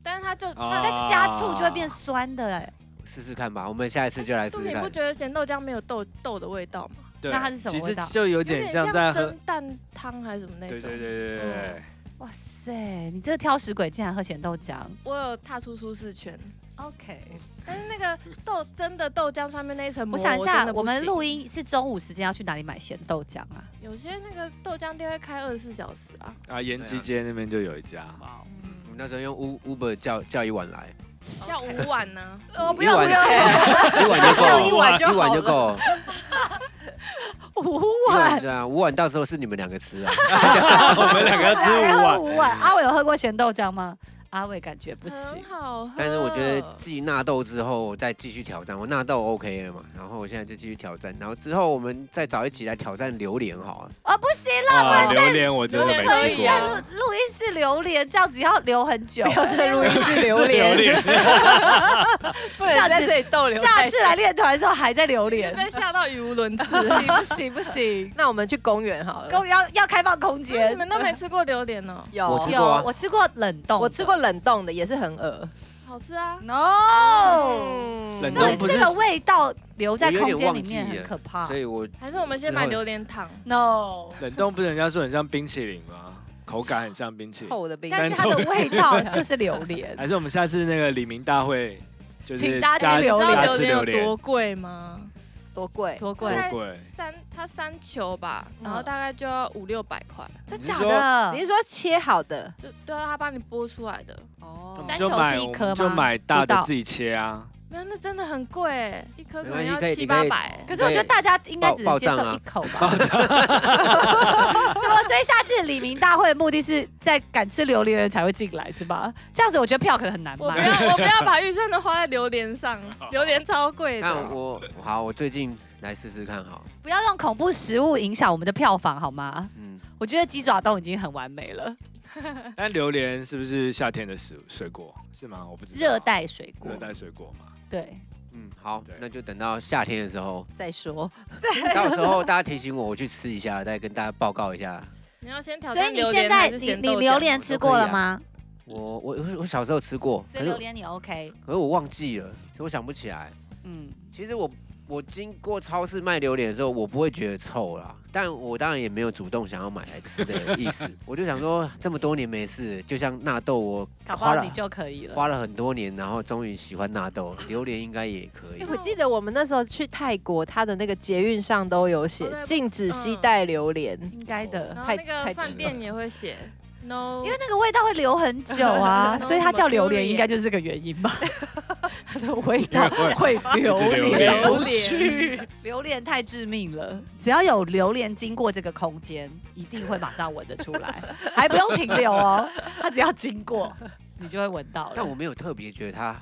Speaker 4: 但是它就
Speaker 5: 啊
Speaker 4: 它
Speaker 2: 但是加醋就会变酸的哎，
Speaker 1: 试试看吧。我们下一次就来试
Speaker 4: 就
Speaker 1: 试
Speaker 4: 你不
Speaker 1: 看。
Speaker 4: 觉得咸豆浆没有豆豆的味道吗？
Speaker 5: 对
Speaker 2: 那它是什么
Speaker 5: 其
Speaker 2: 味
Speaker 5: 实
Speaker 2: 道
Speaker 5: 就有
Speaker 4: 有
Speaker 5: 点像在喝，
Speaker 4: 蒸蛋汤还是什么那
Speaker 5: 对
Speaker 4: 种。
Speaker 5: 对对对
Speaker 2: 嗯
Speaker 5: 对对。
Speaker 2: 哇塞，你这个挑食鬼竟然喝咸豆浆
Speaker 4: 我有踏出舒适圈，
Speaker 2: ？OK，
Speaker 4: 但是那个 豆真的豆浆上面那一层膜，
Speaker 2: 我想一下，
Speaker 4: 真的不
Speaker 2: 我们
Speaker 4: 行
Speaker 2: 录音是中午时间要去哪里买咸豆浆啊？
Speaker 4: 有些那个豆浆店会开二十四小时啊。
Speaker 5: 啊，延吉街那边就有 一家，
Speaker 1: 我们那时候用 U- Uber 叫叫一碗来，
Speaker 4: 叫五碗啊呢？
Speaker 2: 我
Speaker 1: 一碗一碗就
Speaker 3: 像一
Speaker 1: 够，
Speaker 3: 碗就
Speaker 1: 一碗
Speaker 3: 好
Speaker 1: 就
Speaker 3: 了。
Speaker 1: 够。
Speaker 2: 五
Speaker 1: 一碗
Speaker 2: 碗，
Speaker 1: 对啊，五碗到时候是你们两个吃啊。
Speaker 5: 我们两个要吃五碗，
Speaker 2: 五碗。阿伟有喝过咸豆浆吗？阿伟感觉不
Speaker 4: 很
Speaker 2: 行。
Speaker 4: 好喝。
Speaker 1: 但是我觉得
Speaker 2: 嗯
Speaker 1: 继纳豆之后再继续挑战，我纳豆 OK 了嘛，然后我现在就继续挑战，然后之后我们再找一起来挑战榴莲好了。
Speaker 2: 啊，不行啦，我
Speaker 5: 啊，
Speaker 2: 们
Speaker 5: 榴莲我真的
Speaker 4: 榴
Speaker 5: 没
Speaker 4: 莲
Speaker 2: 可
Speaker 4: 可
Speaker 5: 吃
Speaker 2: 以
Speaker 4: 以
Speaker 2: 在
Speaker 4: 啊
Speaker 5: 过，
Speaker 2: 录录音室榴莲，这样子要留很久。
Speaker 3: 在录音室榴
Speaker 5: 是榴
Speaker 3: 莲，
Speaker 5: 莲，
Speaker 3: 不能在这里逗留。
Speaker 2: 下次来，练团的时候还在榴莲，
Speaker 4: 被吓到语无伦次。
Speaker 2: 不行不行不行，
Speaker 3: 那我们去公园好了。
Speaker 2: 公要要开放空
Speaker 4: 你
Speaker 2: 间
Speaker 4: 们。都没吃过榴莲哦呢？
Speaker 3: 有
Speaker 1: 我吃
Speaker 2: 有
Speaker 1: 过啊，
Speaker 2: 我吃过冷冻，
Speaker 3: 我吃过。冷冻的，也是很恶。
Speaker 4: 好吃啊！
Speaker 2: No，
Speaker 3: 哦
Speaker 5: 冷
Speaker 2: 重点是
Speaker 5: 冻不是
Speaker 2: 那个味道留在
Speaker 1: 我有
Speaker 2: 空
Speaker 1: 点
Speaker 2: 间
Speaker 1: 忘
Speaker 2: 里
Speaker 1: 记
Speaker 2: 面很
Speaker 1: 了
Speaker 2: 可怕
Speaker 1: 所。以我
Speaker 4: 还是我们先买榴莲糖，
Speaker 2: No，
Speaker 5: 冷冻不是人家说很像冰淇淋吗？口感很像冰淇淋，
Speaker 3: 厚的冰淇
Speaker 2: 但
Speaker 3: 淋
Speaker 2: 是它的味道就是榴莲。
Speaker 5: 还是我们下次那个李明大会，就是
Speaker 2: 请大家吃榴
Speaker 4: 你知
Speaker 2: 莲
Speaker 4: 道
Speaker 5: 大家
Speaker 4: 榴
Speaker 5: 吃
Speaker 4: 莲
Speaker 5: 榴
Speaker 4: 有多
Speaker 5: 莲，
Speaker 4: 贵吗？
Speaker 3: 多贵？
Speaker 2: 多贵
Speaker 5: 多？
Speaker 4: 对
Speaker 5: 贵？
Speaker 4: 三，它三球吧，
Speaker 3: 嗯
Speaker 4: 然后大概就要五六百块。
Speaker 2: 真
Speaker 5: 你
Speaker 2: 假
Speaker 5: 是说
Speaker 2: 的
Speaker 3: 你？是说切好的？
Speaker 4: 就对啊，他帮你剥出来的，
Speaker 5: 我
Speaker 3: 哦
Speaker 5: 们
Speaker 2: 三
Speaker 5: 就
Speaker 2: 球
Speaker 5: 买
Speaker 2: 是一
Speaker 5: 我们
Speaker 2: 颗
Speaker 5: 就
Speaker 2: 吗
Speaker 5: 买大
Speaker 2: 不到
Speaker 5: 的自己切啊，
Speaker 4: 没有，那真的很贵欸，一颗可能要
Speaker 1: 没关系可以
Speaker 4: 七
Speaker 1: 你可
Speaker 4: 八
Speaker 1: 以
Speaker 4: 百。
Speaker 2: 可是我觉得大家应该只能接受一口吧。 什么？所以下次李明大会的目的是在敢吃榴莲的人才会进来，是吧？这样子我觉得票可能很难
Speaker 4: 我不
Speaker 2: 买。
Speaker 4: 要，我不要把预算都花在榴莲上，榴莲超贵
Speaker 1: 那
Speaker 4: 的。
Speaker 1: 我好，我最近来试试看好。
Speaker 2: 不要让恐怖食物影响我们的票房好吗？
Speaker 1: 嗯，
Speaker 2: 我觉得鸡爪冻已经很完美了，
Speaker 5: 但榴莲是不是夏天的水水果是吗？我不知道。
Speaker 2: 热带水果
Speaker 5: 热。带水果嘛，
Speaker 2: 对，
Speaker 1: 嗯，好
Speaker 5: 对，
Speaker 1: 那就等到夏天的时 候，
Speaker 3: 再说，
Speaker 1: 到时候大家提醒我，我去吃一下，再跟大家报告一下。
Speaker 4: 你要先挑
Speaker 2: 所以
Speaker 4: 战
Speaker 2: 你
Speaker 4: 榴
Speaker 2: 现
Speaker 4: 莲
Speaker 2: 在
Speaker 4: 还是
Speaker 2: 你
Speaker 4: 咸
Speaker 2: 你
Speaker 4: 豆
Speaker 2: 榴
Speaker 4: 浆？
Speaker 2: 莲吃过了吗？
Speaker 1: 我我我我小时候吃过，
Speaker 2: 啊所
Speaker 1: 可
Speaker 2: 以
Speaker 1: 是
Speaker 2: 榴莲你 OK，
Speaker 1: 可是我忘记了，我想不起来。
Speaker 2: 嗯，
Speaker 1: 其实我我经过超市卖榴莲的时候，我不会觉得臭啦，但我当然也没有主动想要买来吃的意 思。我就想说，这么多年没事，就像纳豆，我
Speaker 2: 搞不
Speaker 1: 花
Speaker 2: 好你
Speaker 1: 了
Speaker 2: 就可以了。
Speaker 1: 花了很多年，然后终于喜欢纳豆，榴莲应该也 可以
Speaker 3: 哎。我记得我们那时候去泰国，它的那个捷运上都有写
Speaker 4: 哦对
Speaker 3: 禁止携
Speaker 4: 嗯
Speaker 3: 带榴莲。
Speaker 2: 应该的，
Speaker 4: 然后
Speaker 3: 太
Speaker 4: 那个
Speaker 3: 太
Speaker 4: 饭
Speaker 3: 吃了
Speaker 4: 店也会写 no，
Speaker 2: 因为那个味道会留很久 啊，所以它叫榴莲，应该就是这个原因吧。它的味道会流流去，榴莲太致命了。只要有榴莲经过这个空间，一定会马上闻得出 来，还不用停留哦，它只要经过，你就会闻到
Speaker 1: 但我
Speaker 2: 了。
Speaker 1: 没有特别觉得它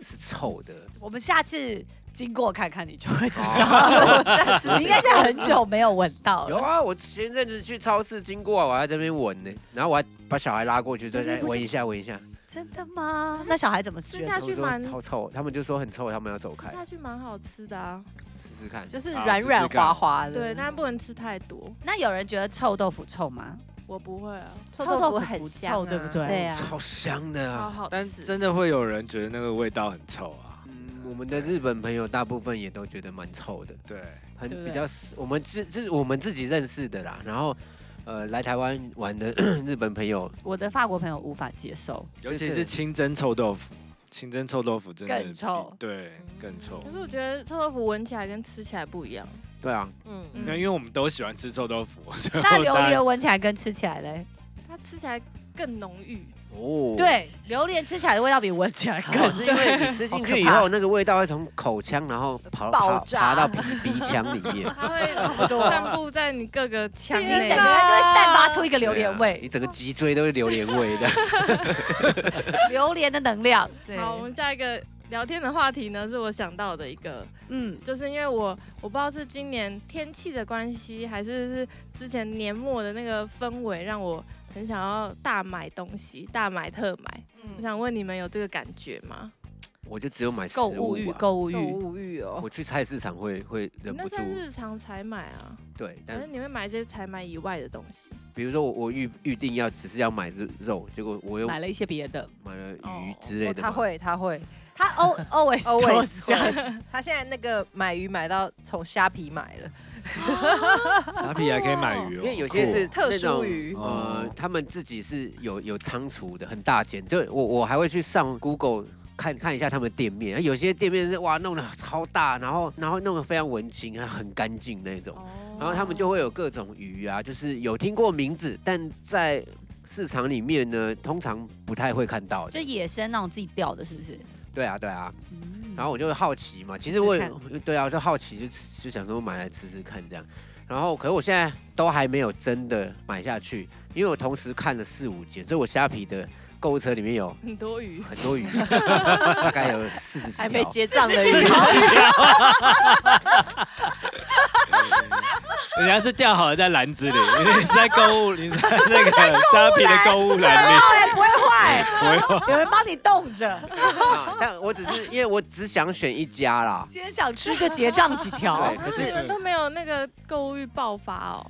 Speaker 1: 是臭的，
Speaker 2: 我们下次经过看看，你就会知
Speaker 3: 我
Speaker 2: 道。
Speaker 3: 下次
Speaker 2: 哦你应该是很久没有闻到
Speaker 1: 有
Speaker 2: 了。
Speaker 1: 啊，我前阵子去超市经过，啊我还在这边闻呢，然后我还把小孩拉过去，对，
Speaker 2: 你
Speaker 1: 来
Speaker 2: 不是
Speaker 1: 闻一下，闻一下。
Speaker 2: 真的吗？那小孩怎么吃啊
Speaker 4: 吃？下
Speaker 1: 他们
Speaker 4: 去
Speaker 1: 说
Speaker 4: 蛮
Speaker 1: 超臭，他们就说很臭，他们要走
Speaker 4: 吃
Speaker 1: 开，
Speaker 4: 下去蛮好吃的啊。
Speaker 1: 试试看。
Speaker 3: 就是
Speaker 5: 好
Speaker 3: 软
Speaker 5: 试试
Speaker 3: 软
Speaker 5: 看
Speaker 3: 滑滑
Speaker 5: 嗯
Speaker 3: 的。
Speaker 4: 对，但不能吃太多。
Speaker 2: 那有人觉得臭豆腐臭吗？
Speaker 4: 我不会啊，
Speaker 3: 臭
Speaker 2: 臭
Speaker 3: 豆
Speaker 2: 豆
Speaker 3: 腐
Speaker 2: 腐
Speaker 3: 很
Speaker 2: 不
Speaker 3: 香
Speaker 2: 臭
Speaker 3: 啊，
Speaker 2: 对不对
Speaker 3: 对啊，
Speaker 1: 超香的
Speaker 4: 超
Speaker 1: 啊！
Speaker 4: 好
Speaker 5: 但
Speaker 4: 吃。
Speaker 5: 真的会有人觉得那个味道很臭啊。
Speaker 1: 嗯，我们的日本朋友大部分也都觉得蛮臭的，
Speaker 5: 对，
Speaker 1: 很
Speaker 2: 对不对
Speaker 1: 比较是我们自自我们自己认识的啦。然后，呃，来台湾玩的 日本朋友，
Speaker 2: 我的法国朋友无法接受，
Speaker 5: 尤其是清蒸臭豆腐，清蒸臭豆腐真的
Speaker 2: 更
Speaker 5: 比
Speaker 2: 臭
Speaker 5: 对，更臭
Speaker 4: 可。是我觉得臭豆腐闻起来跟吃起来不一样。
Speaker 1: 对啊，
Speaker 3: 嗯
Speaker 4: 嗯
Speaker 5: 那因为我们都喜欢吃臭豆腐，所以
Speaker 2: 那榴
Speaker 5: 大家
Speaker 2: 莲闻起来跟吃起来嘞？
Speaker 4: 它吃起来更浓郁，
Speaker 1: 哦，，
Speaker 2: 对，榴莲吃起来的味道比闻起来更
Speaker 1: 可 是因为你吃进去以
Speaker 2: 好可
Speaker 1: 后，那个味道会从口腔，然后跑
Speaker 3: 爆
Speaker 1: 爬
Speaker 3: 炸
Speaker 1: 爬到鼻鼻 腔里面，
Speaker 4: 它会差不多散布在你各个腔
Speaker 2: 你整
Speaker 4: 内
Speaker 2: 个人就。会散发出一个榴
Speaker 1: 对啊
Speaker 2: 莲味
Speaker 1: 你，整个脊椎都是榴莲味的。
Speaker 2: 榴莲的能量。对，
Speaker 4: 好，我们下一个聊天的话题呢，是我想到的一个，
Speaker 2: 嗯，
Speaker 4: 就是因为我我不知道是今年天气的关系，还是是之前年末的那个氛围，让我很想要大买东西，大买特买。我想问你们有这个感觉吗？
Speaker 1: 我就只有买食
Speaker 2: 购物
Speaker 1: 物
Speaker 2: 欲，
Speaker 1: 啊。
Speaker 2: 购物
Speaker 3: 购
Speaker 2: 欲，
Speaker 3: 物欲哦，
Speaker 1: 我去菜市场会会
Speaker 4: 你
Speaker 1: 忍
Speaker 4: 那
Speaker 1: 不住，
Speaker 4: 算日常采买啊，
Speaker 1: 对，
Speaker 4: 可
Speaker 1: 但
Speaker 4: 是你会买一些采买以外的东西。
Speaker 1: 比如说我我预预定要只是要买肉肉，结果我又
Speaker 2: 买了一些别的。
Speaker 1: 买了鱼
Speaker 4: 哦
Speaker 1: 之类
Speaker 3: 哦
Speaker 1: 的嘛。
Speaker 3: 他会他会
Speaker 2: 他 al always 都是
Speaker 3: always
Speaker 2: 这样，
Speaker 3: 会他现在那个买鱼买到从虾皮买了，
Speaker 5: 傻皮还可以买鱼
Speaker 1: 因
Speaker 5: 哦，
Speaker 1: 为有些是
Speaker 3: 酷哦
Speaker 1: 那种
Speaker 3: 特殊鱼
Speaker 1: 呃
Speaker 5: 哦，
Speaker 1: 他们自己是有有仓储的，很大间。就我我还会去上 Google 看看一下他们店面，有些店面是哇弄得超大，然后然后弄得非常文青，还很干净那种。
Speaker 4: 哦
Speaker 1: 然后他们就会有各种鱼啊，就是有听过名字，但在市场里面呢，通常不太会看到
Speaker 2: 就
Speaker 1: 的。
Speaker 2: 野生那种自己钓的，是不是？
Speaker 1: 对啊，对啊。
Speaker 2: 嗯
Speaker 1: 然后我就会好奇嘛，其实我也
Speaker 2: 试
Speaker 1: 对啊，我就好奇就吃就想说买来吃吃看这样。然后，可是我现在都还没有真的买下去，因为我同时看了四五间，所以我虾皮的购物车里面有
Speaker 4: 很多鱼，
Speaker 1: 很 多鱼，大概有四十几条。
Speaker 3: 还没结账的
Speaker 5: 自
Speaker 3: 鱼
Speaker 5: 己，钓，人家是钓好了在篮子里，你是在购物，你是在那个虾皮的购物篮里，
Speaker 2: 不会 坏，
Speaker 5: 我
Speaker 2: 有人帮你冻着。
Speaker 1: 啊但我只是因为我只想选一家 啦。
Speaker 2: 今天想吃就结账几条
Speaker 1: 对，。
Speaker 4: 可
Speaker 1: 可
Speaker 4: 是你
Speaker 1: 是
Speaker 4: 们都没有那个购物欲爆发哦。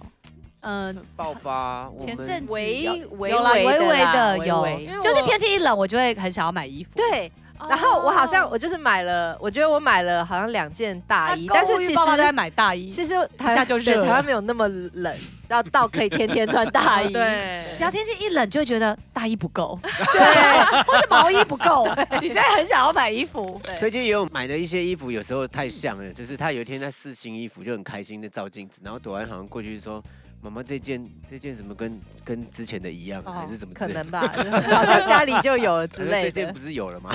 Speaker 2: 嗯，
Speaker 1: 爆发我
Speaker 2: 前
Speaker 1: 们
Speaker 2: 阵子
Speaker 3: 微
Speaker 2: 有
Speaker 3: 微
Speaker 2: 有啦，
Speaker 3: 微
Speaker 2: 微
Speaker 3: 的
Speaker 2: 微
Speaker 3: 啦
Speaker 2: 的
Speaker 3: 微
Speaker 2: 有
Speaker 3: 微
Speaker 4: 因为，
Speaker 2: 就是
Speaker 4: 我哦
Speaker 2: 天气一冷，我就会很想要买衣服。
Speaker 3: 对。
Speaker 2: 哦
Speaker 3: 然后我好像我就是买了，我觉得我买了好像两件大衣，
Speaker 2: 他
Speaker 3: 但
Speaker 2: 啊购
Speaker 3: 是
Speaker 2: 物欲
Speaker 3: 其
Speaker 2: 爆发都在
Speaker 3: 实
Speaker 2: 买大衣，
Speaker 3: 其实台
Speaker 2: 一下就
Speaker 3: 对
Speaker 2: 热了
Speaker 3: 台湾没有那么冷，要到可以天天穿大 衣。
Speaker 4: 对，
Speaker 2: 只要天气一冷，就会觉得大衣不 够，
Speaker 3: 对，
Speaker 2: 或者毛衣不够，你就会很想要买衣服。
Speaker 1: 推荐也有买的一些衣服，有时候太像了，就是他有一天在试新衣服就很开心的照镜子，然后朵安好像过去说：“妈妈这件这件怎么跟跟之前的一样，还是怎么之
Speaker 3: 哦可
Speaker 1: 类的？
Speaker 3: 能吧，好像家里就有了之
Speaker 1: 他说
Speaker 3: 类
Speaker 1: 这件
Speaker 3: 的
Speaker 1: 不。是有了吗？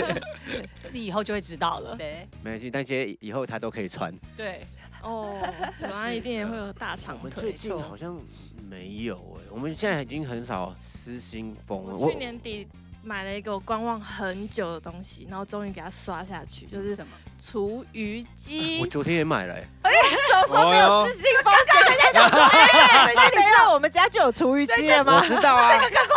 Speaker 2: 你以后就会知道了。
Speaker 3: 对，
Speaker 1: 没关系，那些以后他都可以穿。
Speaker 2: 对，
Speaker 4: 哦，小安一定也会有大长
Speaker 1: 我们最。
Speaker 4: 腿
Speaker 1: 近好像没有哎、我们现在已经很少失心疯了。
Speaker 4: 我去年底买了一个我观望很久的东西，然后终于给它刷下去，就
Speaker 2: 就是是什么？
Speaker 4: 厨余机
Speaker 1: 嗯我。昨天也买了、欸，
Speaker 3: 都说没有事情，刚刚人家讲说，人家你知道我们家就有厨余机了
Speaker 1: 我
Speaker 3: 吗？
Speaker 1: 知道 啊，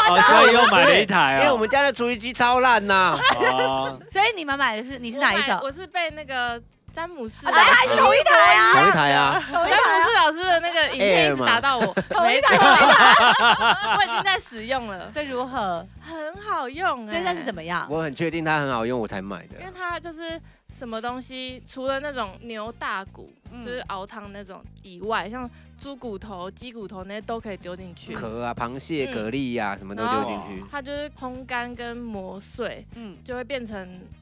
Speaker 5: 哦，所以又买了一台
Speaker 1: 因
Speaker 5: 哦。
Speaker 1: 为我们家的厨余机超烂 呐、
Speaker 5: 哦
Speaker 2: 所以你们买的是你是哪一
Speaker 4: 我买
Speaker 2: 种？
Speaker 4: 我是被那个詹姆斯
Speaker 2: 啊
Speaker 4: 老
Speaker 2: 大家
Speaker 4: 师，
Speaker 2: 是同一台啊！
Speaker 1: 同一台啊，
Speaker 4: 詹姆斯老师的那个影片
Speaker 1: Air
Speaker 4: 一直
Speaker 1: 嘛
Speaker 4: 打到我，没错，
Speaker 2: 啊
Speaker 4: 我已经在使用了，
Speaker 2: 所以如何？
Speaker 4: 很好用。欸
Speaker 2: 所以那是怎
Speaker 4: 么？
Speaker 2: 么样？
Speaker 1: 我很确定它很好用，我才买的
Speaker 4: 因。为它就是什么东西，除了那种牛大骨，
Speaker 2: 嗯
Speaker 4: 就是熬汤那种以外，像猪骨头、鸡骨头那些都可以丢进去。
Speaker 1: 壳啊，螃蟹、
Speaker 4: 嗯
Speaker 1: 蛤蜊呀、啊，什么都丢进去。
Speaker 4: 它就是烘干跟磨碎，
Speaker 2: 嗯，
Speaker 4: 就会变成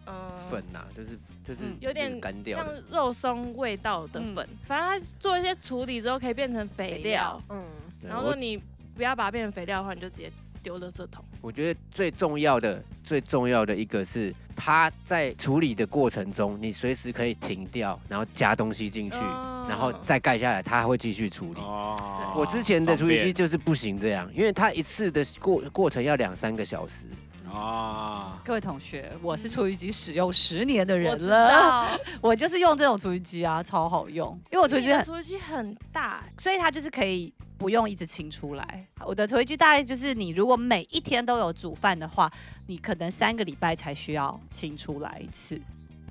Speaker 4: 嗯、
Speaker 1: 粉呐、就是就是
Speaker 2: 嗯
Speaker 4: 有点
Speaker 1: 干掉
Speaker 4: 像
Speaker 1: 的。
Speaker 4: 肉松味道的粉。反正它做一些处理之后，可以变成肥料。
Speaker 3: 嗯，
Speaker 1: 对
Speaker 4: 然后如果
Speaker 1: 我
Speaker 4: 你不要把它变成肥料的话，你就直接丢垃圾桶。
Speaker 1: 我觉得最重要的、最重要的一个是，它在处理的过程中，你随时可以停掉，然后加东西进去，
Speaker 4: 哦
Speaker 1: 然后再盖下来，它还会继续处理。
Speaker 5: 哦
Speaker 1: 我之前的厨余机
Speaker 5: 机
Speaker 1: 就是不行这样，因为它一次的过过程要两三个小时。
Speaker 5: 哦，
Speaker 2: 各位同学，我是厨余机使用十年的人
Speaker 4: 我知
Speaker 2: 了，
Speaker 4: 道，
Speaker 2: 我就是用这种厨余机啊，超好用，因为我厨余
Speaker 4: 你
Speaker 2: 机
Speaker 4: 的
Speaker 2: 很，
Speaker 4: 厨余机很大，
Speaker 2: 所以它就是可以。不用一直清出来。我的厨余机大概就是，你如果每一天都有煮饭的话，你可能三个礼拜才需要清出来一次。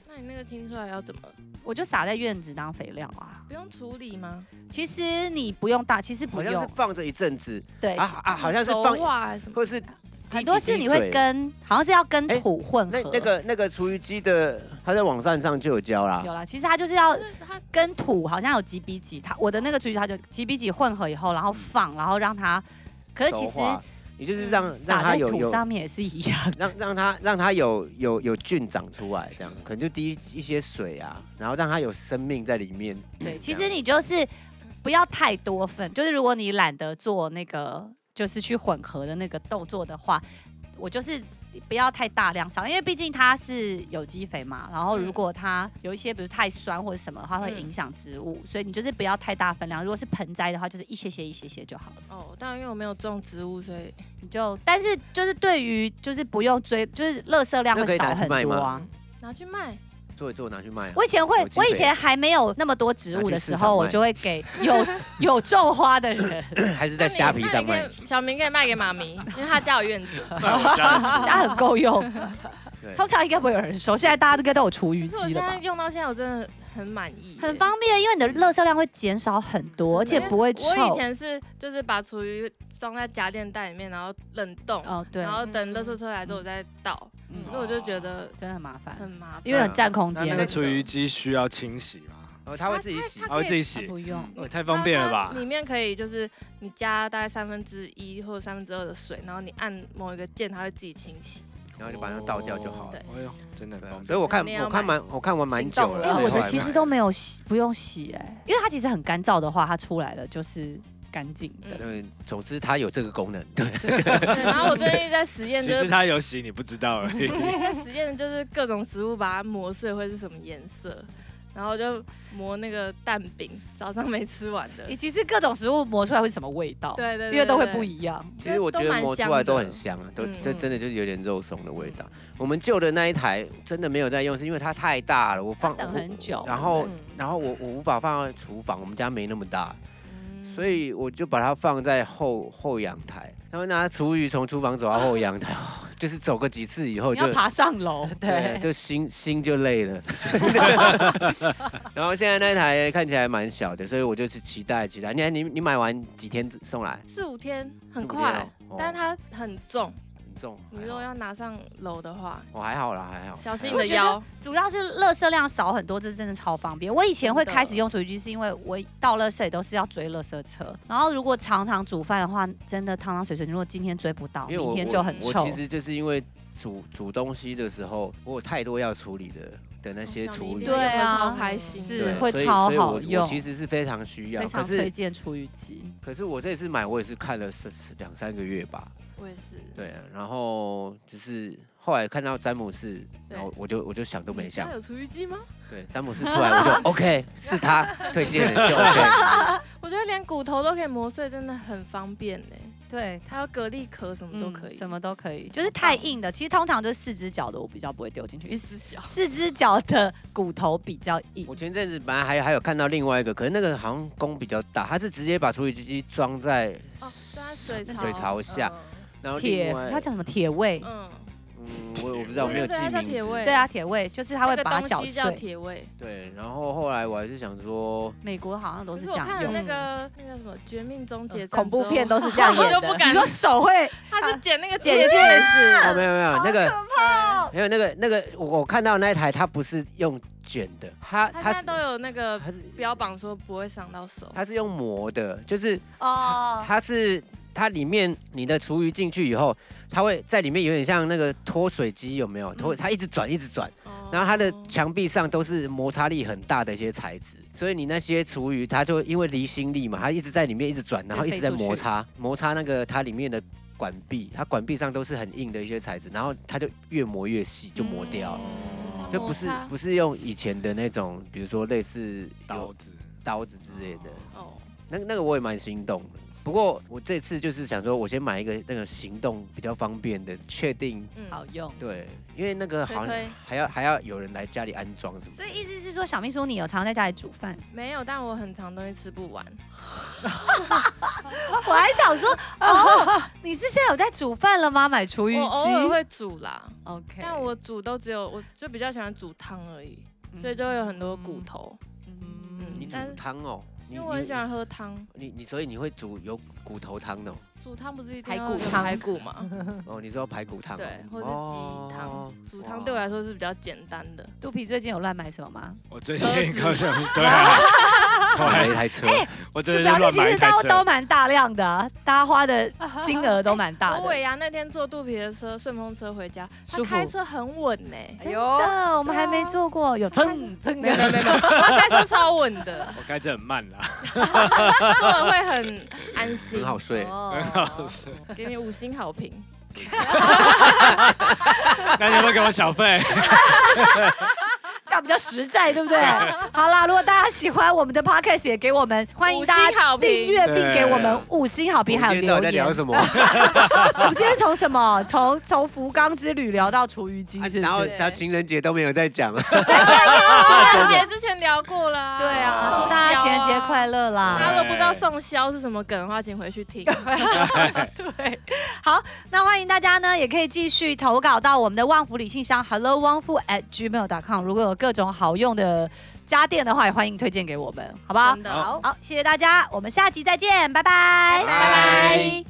Speaker 4: 那你那个清出来要怎么？
Speaker 2: 我就撒在院子当肥料啊。
Speaker 4: 不用处理吗？
Speaker 2: 其实你不用大，其实不
Speaker 1: 好像是
Speaker 2: 用，
Speaker 1: 放着一阵子
Speaker 2: 对，
Speaker 1: 啊啊，好像是
Speaker 4: 熟
Speaker 1: 放，
Speaker 4: 化还是什么？
Speaker 1: 或是
Speaker 2: 很多
Speaker 1: 是
Speaker 2: 事你会跟，好像是要跟
Speaker 1: 哎
Speaker 2: 土混合。
Speaker 1: 那那个那个厨余机的，它在网站上就有教啦
Speaker 2: 有。啦，其实它就是要
Speaker 4: 就是它
Speaker 2: 跟土好像有几比几，它我的那个厨余它就几比几混合以后，然后放，然后让它。可是其实
Speaker 1: 熟化你就是让让
Speaker 2: 打
Speaker 1: 它
Speaker 2: 在
Speaker 1: 有
Speaker 2: 土
Speaker 1: 有
Speaker 2: 上面也是一样，
Speaker 1: 让让它让它有有有菌长出来，这样可能就滴一些水啊，然后让它有生命在里面。
Speaker 2: 对，
Speaker 1: 嗯
Speaker 2: 其
Speaker 1: 这
Speaker 2: 实
Speaker 1: 样
Speaker 2: 你就是不要太多份，就是如果你懒得做那个，就是去混合的那个动作的话，我就是不要太大量上，因为毕竟它是有机肥嘛，然后如
Speaker 4: 嗯
Speaker 2: 果它有一些比如太酸或者什么的话，会
Speaker 4: 嗯
Speaker 2: 影响植物，所以你就是不要太大分量。如果是盆栽的话，就是一些些一些些就好了。
Speaker 4: 哦，但因为我没有种植物，所以
Speaker 2: 你就但是就是对于就是不用追，就是垃圾量
Speaker 1: 那
Speaker 2: 会
Speaker 1: 可以
Speaker 2: 少
Speaker 1: 拿去
Speaker 2: 很
Speaker 1: 卖
Speaker 2: 多
Speaker 1: 吗
Speaker 2: 啊。
Speaker 4: 拿去卖。
Speaker 1: 做一做拿去卖啊
Speaker 2: 我。以前会
Speaker 1: 有，机
Speaker 2: 我以
Speaker 1: 肥
Speaker 2: 前还没有那么多植
Speaker 1: 拿
Speaker 2: 物
Speaker 1: 去
Speaker 2: 的
Speaker 1: 市
Speaker 2: 时
Speaker 1: 场
Speaker 2: 候，我
Speaker 1: 卖
Speaker 2: 就会给有有种花的人，
Speaker 1: 还是在虾皮上
Speaker 4: 那
Speaker 1: 卖
Speaker 4: 你。可以小明可以卖给妈 咪，因为他家有院子。
Speaker 2: 家很够 用。
Speaker 1: 对
Speaker 2: 通常应该不会有人收，现在大家应该都有厨余
Speaker 4: 可是我
Speaker 2: 机
Speaker 4: 现
Speaker 2: 了
Speaker 4: 在
Speaker 2: 吧？
Speaker 4: 用到现在，我真的很满意耶，
Speaker 2: 很方便，因为你的垃圾量会减少很多，而且不会臭。
Speaker 4: 我以前是就是把厨余装在家电袋里面，然后冷冻，
Speaker 2: 哦，对
Speaker 4: 然，后等垃圾车来之后我再倒。
Speaker 2: 嗯
Speaker 4: 可是我就觉得
Speaker 2: 真的很麻烦，
Speaker 4: 很麻烦，
Speaker 2: 因为很占空
Speaker 5: 啊那那
Speaker 2: 间。
Speaker 5: 个厨余机需要清洗吗？
Speaker 1: 哦，他会自己洗
Speaker 4: 它。
Speaker 5: 它会自己
Speaker 2: 啊
Speaker 5: 洗？
Speaker 2: 不用，
Speaker 5: 哦，太方便了
Speaker 4: 它
Speaker 5: 吧
Speaker 4: 它？里面可以就是你加大概三分之一或者三分之二的水，然后你按某一个键，它会自己清洗。
Speaker 1: 然后就把它
Speaker 2: 哦
Speaker 1: 倒掉就好了。
Speaker 4: 对
Speaker 5: 哎呦，真的很
Speaker 1: 对
Speaker 5: 方
Speaker 1: 啊
Speaker 5: 便。
Speaker 1: 所以我看
Speaker 4: 那你要
Speaker 1: 我看蛮我看完蛮久了。
Speaker 4: 行动
Speaker 2: 哎，
Speaker 4: 了
Speaker 2: 我
Speaker 1: 后
Speaker 2: 的
Speaker 1: 来
Speaker 2: 其
Speaker 1: 买
Speaker 2: 实都没有洗，不用洗哎，因为它其实很干燥的话，它出来了就是干净的。
Speaker 1: 嗯，总之它有这个功能。 对，
Speaker 4: 对然后我最近在实验，
Speaker 5: 其
Speaker 4: 就
Speaker 5: 实
Speaker 4: 是
Speaker 5: 它有洗，你不知道而已。
Speaker 4: 在 实验就是各种食物把它磨碎会是什么颜色，然后就磨那个蛋饼，早上没吃完的。
Speaker 2: 你其实各种食物磨出来会什么味道？
Speaker 4: 对对对，
Speaker 2: 因为都会
Speaker 4: 对
Speaker 2: 不。一样。
Speaker 1: 其实我觉得磨出来都很香啊，都
Speaker 4: 嗯
Speaker 1: 这真的就是有点肉松的味道。我们旧的那一台真的没有在用，是因为它太大了，我放
Speaker 2: 它等很久
Speaker 1: 我然后
Speaker 3: 嗯
Speaker 1: 然后我我无法放在厨房，我们家没那么大，
Speaker 4: 嗯
Speaker 1: 所以我就把它放在后后阳台，然后拿厨余从厨房走到后阳 台，就是走个几次以后
Speaker 2: 你
Speaker 1: 就
Speaker 2: 要爬上楼，
Speaker 1: 对，就心心就累 了。然后现在那台看起来蛮小的，所以我就是期待期待。你看你你买完几天送来？
Speaker 4: 嗯四五天很
Speaker 1: 四五天
Speaker 4: 快
Speaker 1: 哦哦，
Speaker 4: 但它很重。
Speaker 1: 很重，
Speaker 4: 你
Speaker 1: 还
Speaker 4: 如
Speaker 1: 好
Speaker 4: 果要拿上楼的话，
Speaker 1: 我还好啦，还好。
Speaker 4: 小心你
Speaker 2: 我
Speaker 4: 的
Speaker 2: 觉得
Speaker 4: 腰。
Speaker 2: 主要是垃圾量少很多，这真的超方便。我以前会开始用厨余机，是因为我倒垃圾也都是要追垃圾车，然后如果常常煮饭的话，真的汤汤水水，如果今天追不到，
Speaker 1: 因为我
Speaker 2: 明天就很
Speaker 1: 我
Speaker 2: 臭
Speaker 1: 其。实就是因为煮煮东西的时候，我有太多要处理的的那些
Speaker 4: 小
Speaker 1: 厨
Speaker 4: 迷
Speaker 1: 余
Speaker 4: 哦你。
Speaker 2: 对啊
Speaker 4: 超开心的，
Speaker 2: 是
Speaker 1: 对
Speaker 2: 会
Speaker 1: 所以
Speaker 2: 超
Speaker 1: 所以我
Speaker 2: 好用
Speaker 1: 我其实是非常需要，
Speaker 2: 非
Speaker 1: 可
Speaker 2: 常推
Speaker 1: 是
Speaker 2: 荐厨余机。
Speaker 1: 可是我这次买我也是看了三两三个月吧，
Speaker 4: 我也是，
Speaker 1: 对啊，然后就是后来看到詹姆斯，然后我就我就想都没想
Speaker 4: 那，有厨余机吗？
Speaker 1: 对，詹姆斯出来我 就 OK，是他推荐的就 OK，
Speaker 4: 我觉得连骨头都可以磨碎，真的很方便呢。
Speaker 2: 对，
Speaker 4: 还有蛤蜊壳什么都可以，
Speaker 2: 嗯什么都可以，就是太硬的。其实通常就是四只脚的，我比较不会丢进去，因为
Speaker 4: 四角。
Speaker 2: 四只脚的骨头比较硬
Speaker 1: 我。前阵子本来还还有看到另外一个，可是那个好像弓比较大，他是直接把厨余机装在
Speaker 4: 哦装在水槽
Speaker 1: 水槽下，然后
Speaker 2: 铁，
Speaker 1: 另外
Speaker 2: 它叫什么铁胃？
Speaker 4: 嗯，
Speaker 1: 嗯，我我不知道，我没有记
Speaker 4: 对对对它
Speaker 1: 名
Speaker 4: 铁
Speaker 1: 字。
Speaker 4: 胃
Speaker 2: 对啊，铁胃就是它会
Speaker 4: 那个
Speaker 2: 把它
Speaker 4: 东
Speaker 2: 搅
Speaker 4: 西叫
Speaker 2: 碎。
Speaker 4: 铁胃。
Speaker 1: 对，然后后来我还是想说，
Speaker 2: 美国好像都
Speaker 4: 可
Speaker 2: 是
Speaker 4: 是
Speaker 2: 这
Speaker 4: 我
Speaker 2: 样
Speaker 4: 看了
Speaker 2: 用。
Speaker 4: 那个那个什么《绝命终结
Speaker 3: 嗯
Speaker 4: 战》
Speaker 3: 恐怖片
Speaker 4: 之后
Speaker 3: 都是这样演
Speaker 4: 嗯 我
Speaker 3: 的
Speaker 4: 就不
Speaker 2: 你
Speaker 4: 敢
Speaker 2: 说手会
Speaker 4: 他就剪那个
Speaker 3: 剪
Speaker 4: 戒
Speaker 3: 戒指，
Speaker 1: 哦，没有没有那个，
Speaker 4: 哦
Speaker 1: 没有那个那个，我我看到那一台它不是用卷的，它
Speaker 4: 他现
Speaker 1: 它
Speaker 4: 在
Speaker 1: 是
Speaker 4: 都有那个
Speaker 1: 它是
Speaker 4: 标榜说不会伤到手，
Speaker 1: 它是用磨的，就是
Speaker 2: 哦，
Speaker 1: 它是它里面你的厨余进去以后，它会在里面有点像那个脱水机有没有？脱
Speaker 4: 嗯
Speaker 1: 它一直转一直转，
Speaker 4: 哦
Speaker 1: 然后它的墙壁上都是摩擦力很大的一些材质，所以你那些厨余它就因为离心力嘛，它一直在里面一直转，然后一直在摩擦摩擦那个它里面的管壁，它管壁上都是很硬的一些材质，然后它就越磨越细，就磨掉了。
Speaker 4: 嗯
Speaker 1: 就不是
Speaker 4: 摩擦
Speaker 1: 不是用以前的那种，比如说类似
Speaker 5: 刀
Speaker 1: 有
Speaker 5: 子，
Speaker 1: 刀子之类的，
Speaker 4: 哦，
Speaker 1: 那个那个我也蛮心动的。不过我这次就是想说，我先买一个那个行动比较方便的，确定
Speaker 4: 嗯
Speaker 2: 好用。
Speaker 1: 对，因为那个好
Speaker 4: 推推
Speaker 1: 像还要还要有人来家里安装什么的。
Speaker 2: 所以意思是说，小秘书你有常常在家里煮饭？
Speaker 4: 没有，但我很长东西吃不完，
Speaker 2: 我还想说，哦，你是现在有在煮饭了吗？买厨余机
Speaker 4: 我偶尔会煮啦，
Speaker 2: ，OK，
Speaker 4: 但我煮都只有，我就比较喜欢煮汤而已，
Speaker 2: 嗯
Speaker 4: 所以就会有很多骨头，
Speaker 2: 嗯
Speaker 1: 你煮
Speaker 4: 但是
Speaker 1: 汤哦，你
Speaker 4: 因为我很
Speaker 1: 你
Speaker 4: 喜欢喝汤，
Speaker 1: 你你所以你会煮有骨头汤的哦
Speaker 4: 煮汤不是一定
Speaker 2: 排
Speaker 4: 要
Speaker 2: 骨
Speaker 4: 有
Speaker 2: 汤
Speaker 4: 排骨嘛，
Speaker 1: 哦，你说排骨汤哦
Speaker 4: 嗯对，或是鸡汤
Speaker 1: 哦，
Speaker 4: 煮汤对我来说是比较简单的，
Speaker 2: 肚皮最近有乱买什么吗？
Speaker 5: 我最
Speaker 4: 刀
Speaker 5: 近
Speaker 4: 子
Speaker 5: 高雄，对啊， 我
Speaker 1: 买了
Speaker 5: 还
Speaker 1: 一台 车，
Speaker 5: 我真
Speaker 2: 这
Speaker 5: 的
Speaker 2: 表示
Speaker 5: 是乱
Speaker 2: 其
Speaker 5: 买
Speaker 2: 实
Speaker 5: 一台
Speaker 2: 都
Speaker 5: 车。
Speaker 2: 都蛮大量的、啊，大家花的金额都蛮大
Speaker 4: 我
Speaker 2: 的。
Speaker 4: 尾牙那天坐肚皮的车，顺风车回家，他
Speaker 2: 舒服
Speaker 4: 开车很稳呢、
Speaker 3: 哎
Speaker 2: 真的，我们还没做过，有蹭蹭的。
Speaker 4: 他开车超稳的，
Speaker 5: 我开车很慢啦，
Speaker 4: 坐的会很安心，
Speaker 1: 很好睡。
Speaker 2: 哦，
Speaker 4: 给你五星好评。
Speaker 5: 那你有没有给我小费？
Speaker 2: 这样比较实在，对不对？好啦，如果大家喜欢我们的 podcast，也给我们欢迎大
Speaker 4: 五星
Speaker 2: 家
Speaker 4: 好评
Speaker 2: 订阅并
Speaker 5: 对
Speaker 2: 给我们五星好评，
Speaker 1: 我
Speaker 2: 还
Speaker 1: 们
Speaker 2: 有
Speaker 1: 今天到底在
Speaker 2: 留言
Speaker 1: 聊。什 么？
Speaker 2: 我们今天从什么？从从福冈之旅聊到厨余机，是不
Speaker 1: 然后
Speaker 2: 是？
Speaker 1: 他情人节都没有在讲，
Speaker 4: 情人节之前聊过了、
Speaker 2: 对啊，祝大家情人节快
Speaker 4: 乐！
Speaker 2: 乐啦！
Speaker 4: 大家如果不知道送宵是什么梗的话，请回去听。
Speaker 2: 对，好，那欢迎大家呢，也可以继续投稿到我们的旺福理信箱 hello 旺福 at gmail.com。如果有各种好用的家电的话，也欢迎推荐给我们，好不好
Speaker 4: 真？的
Speaker 5: 好
Speaker 2: 好，谢谢大家，我们下集再见，拜拜，
Speaker 1: 拜拜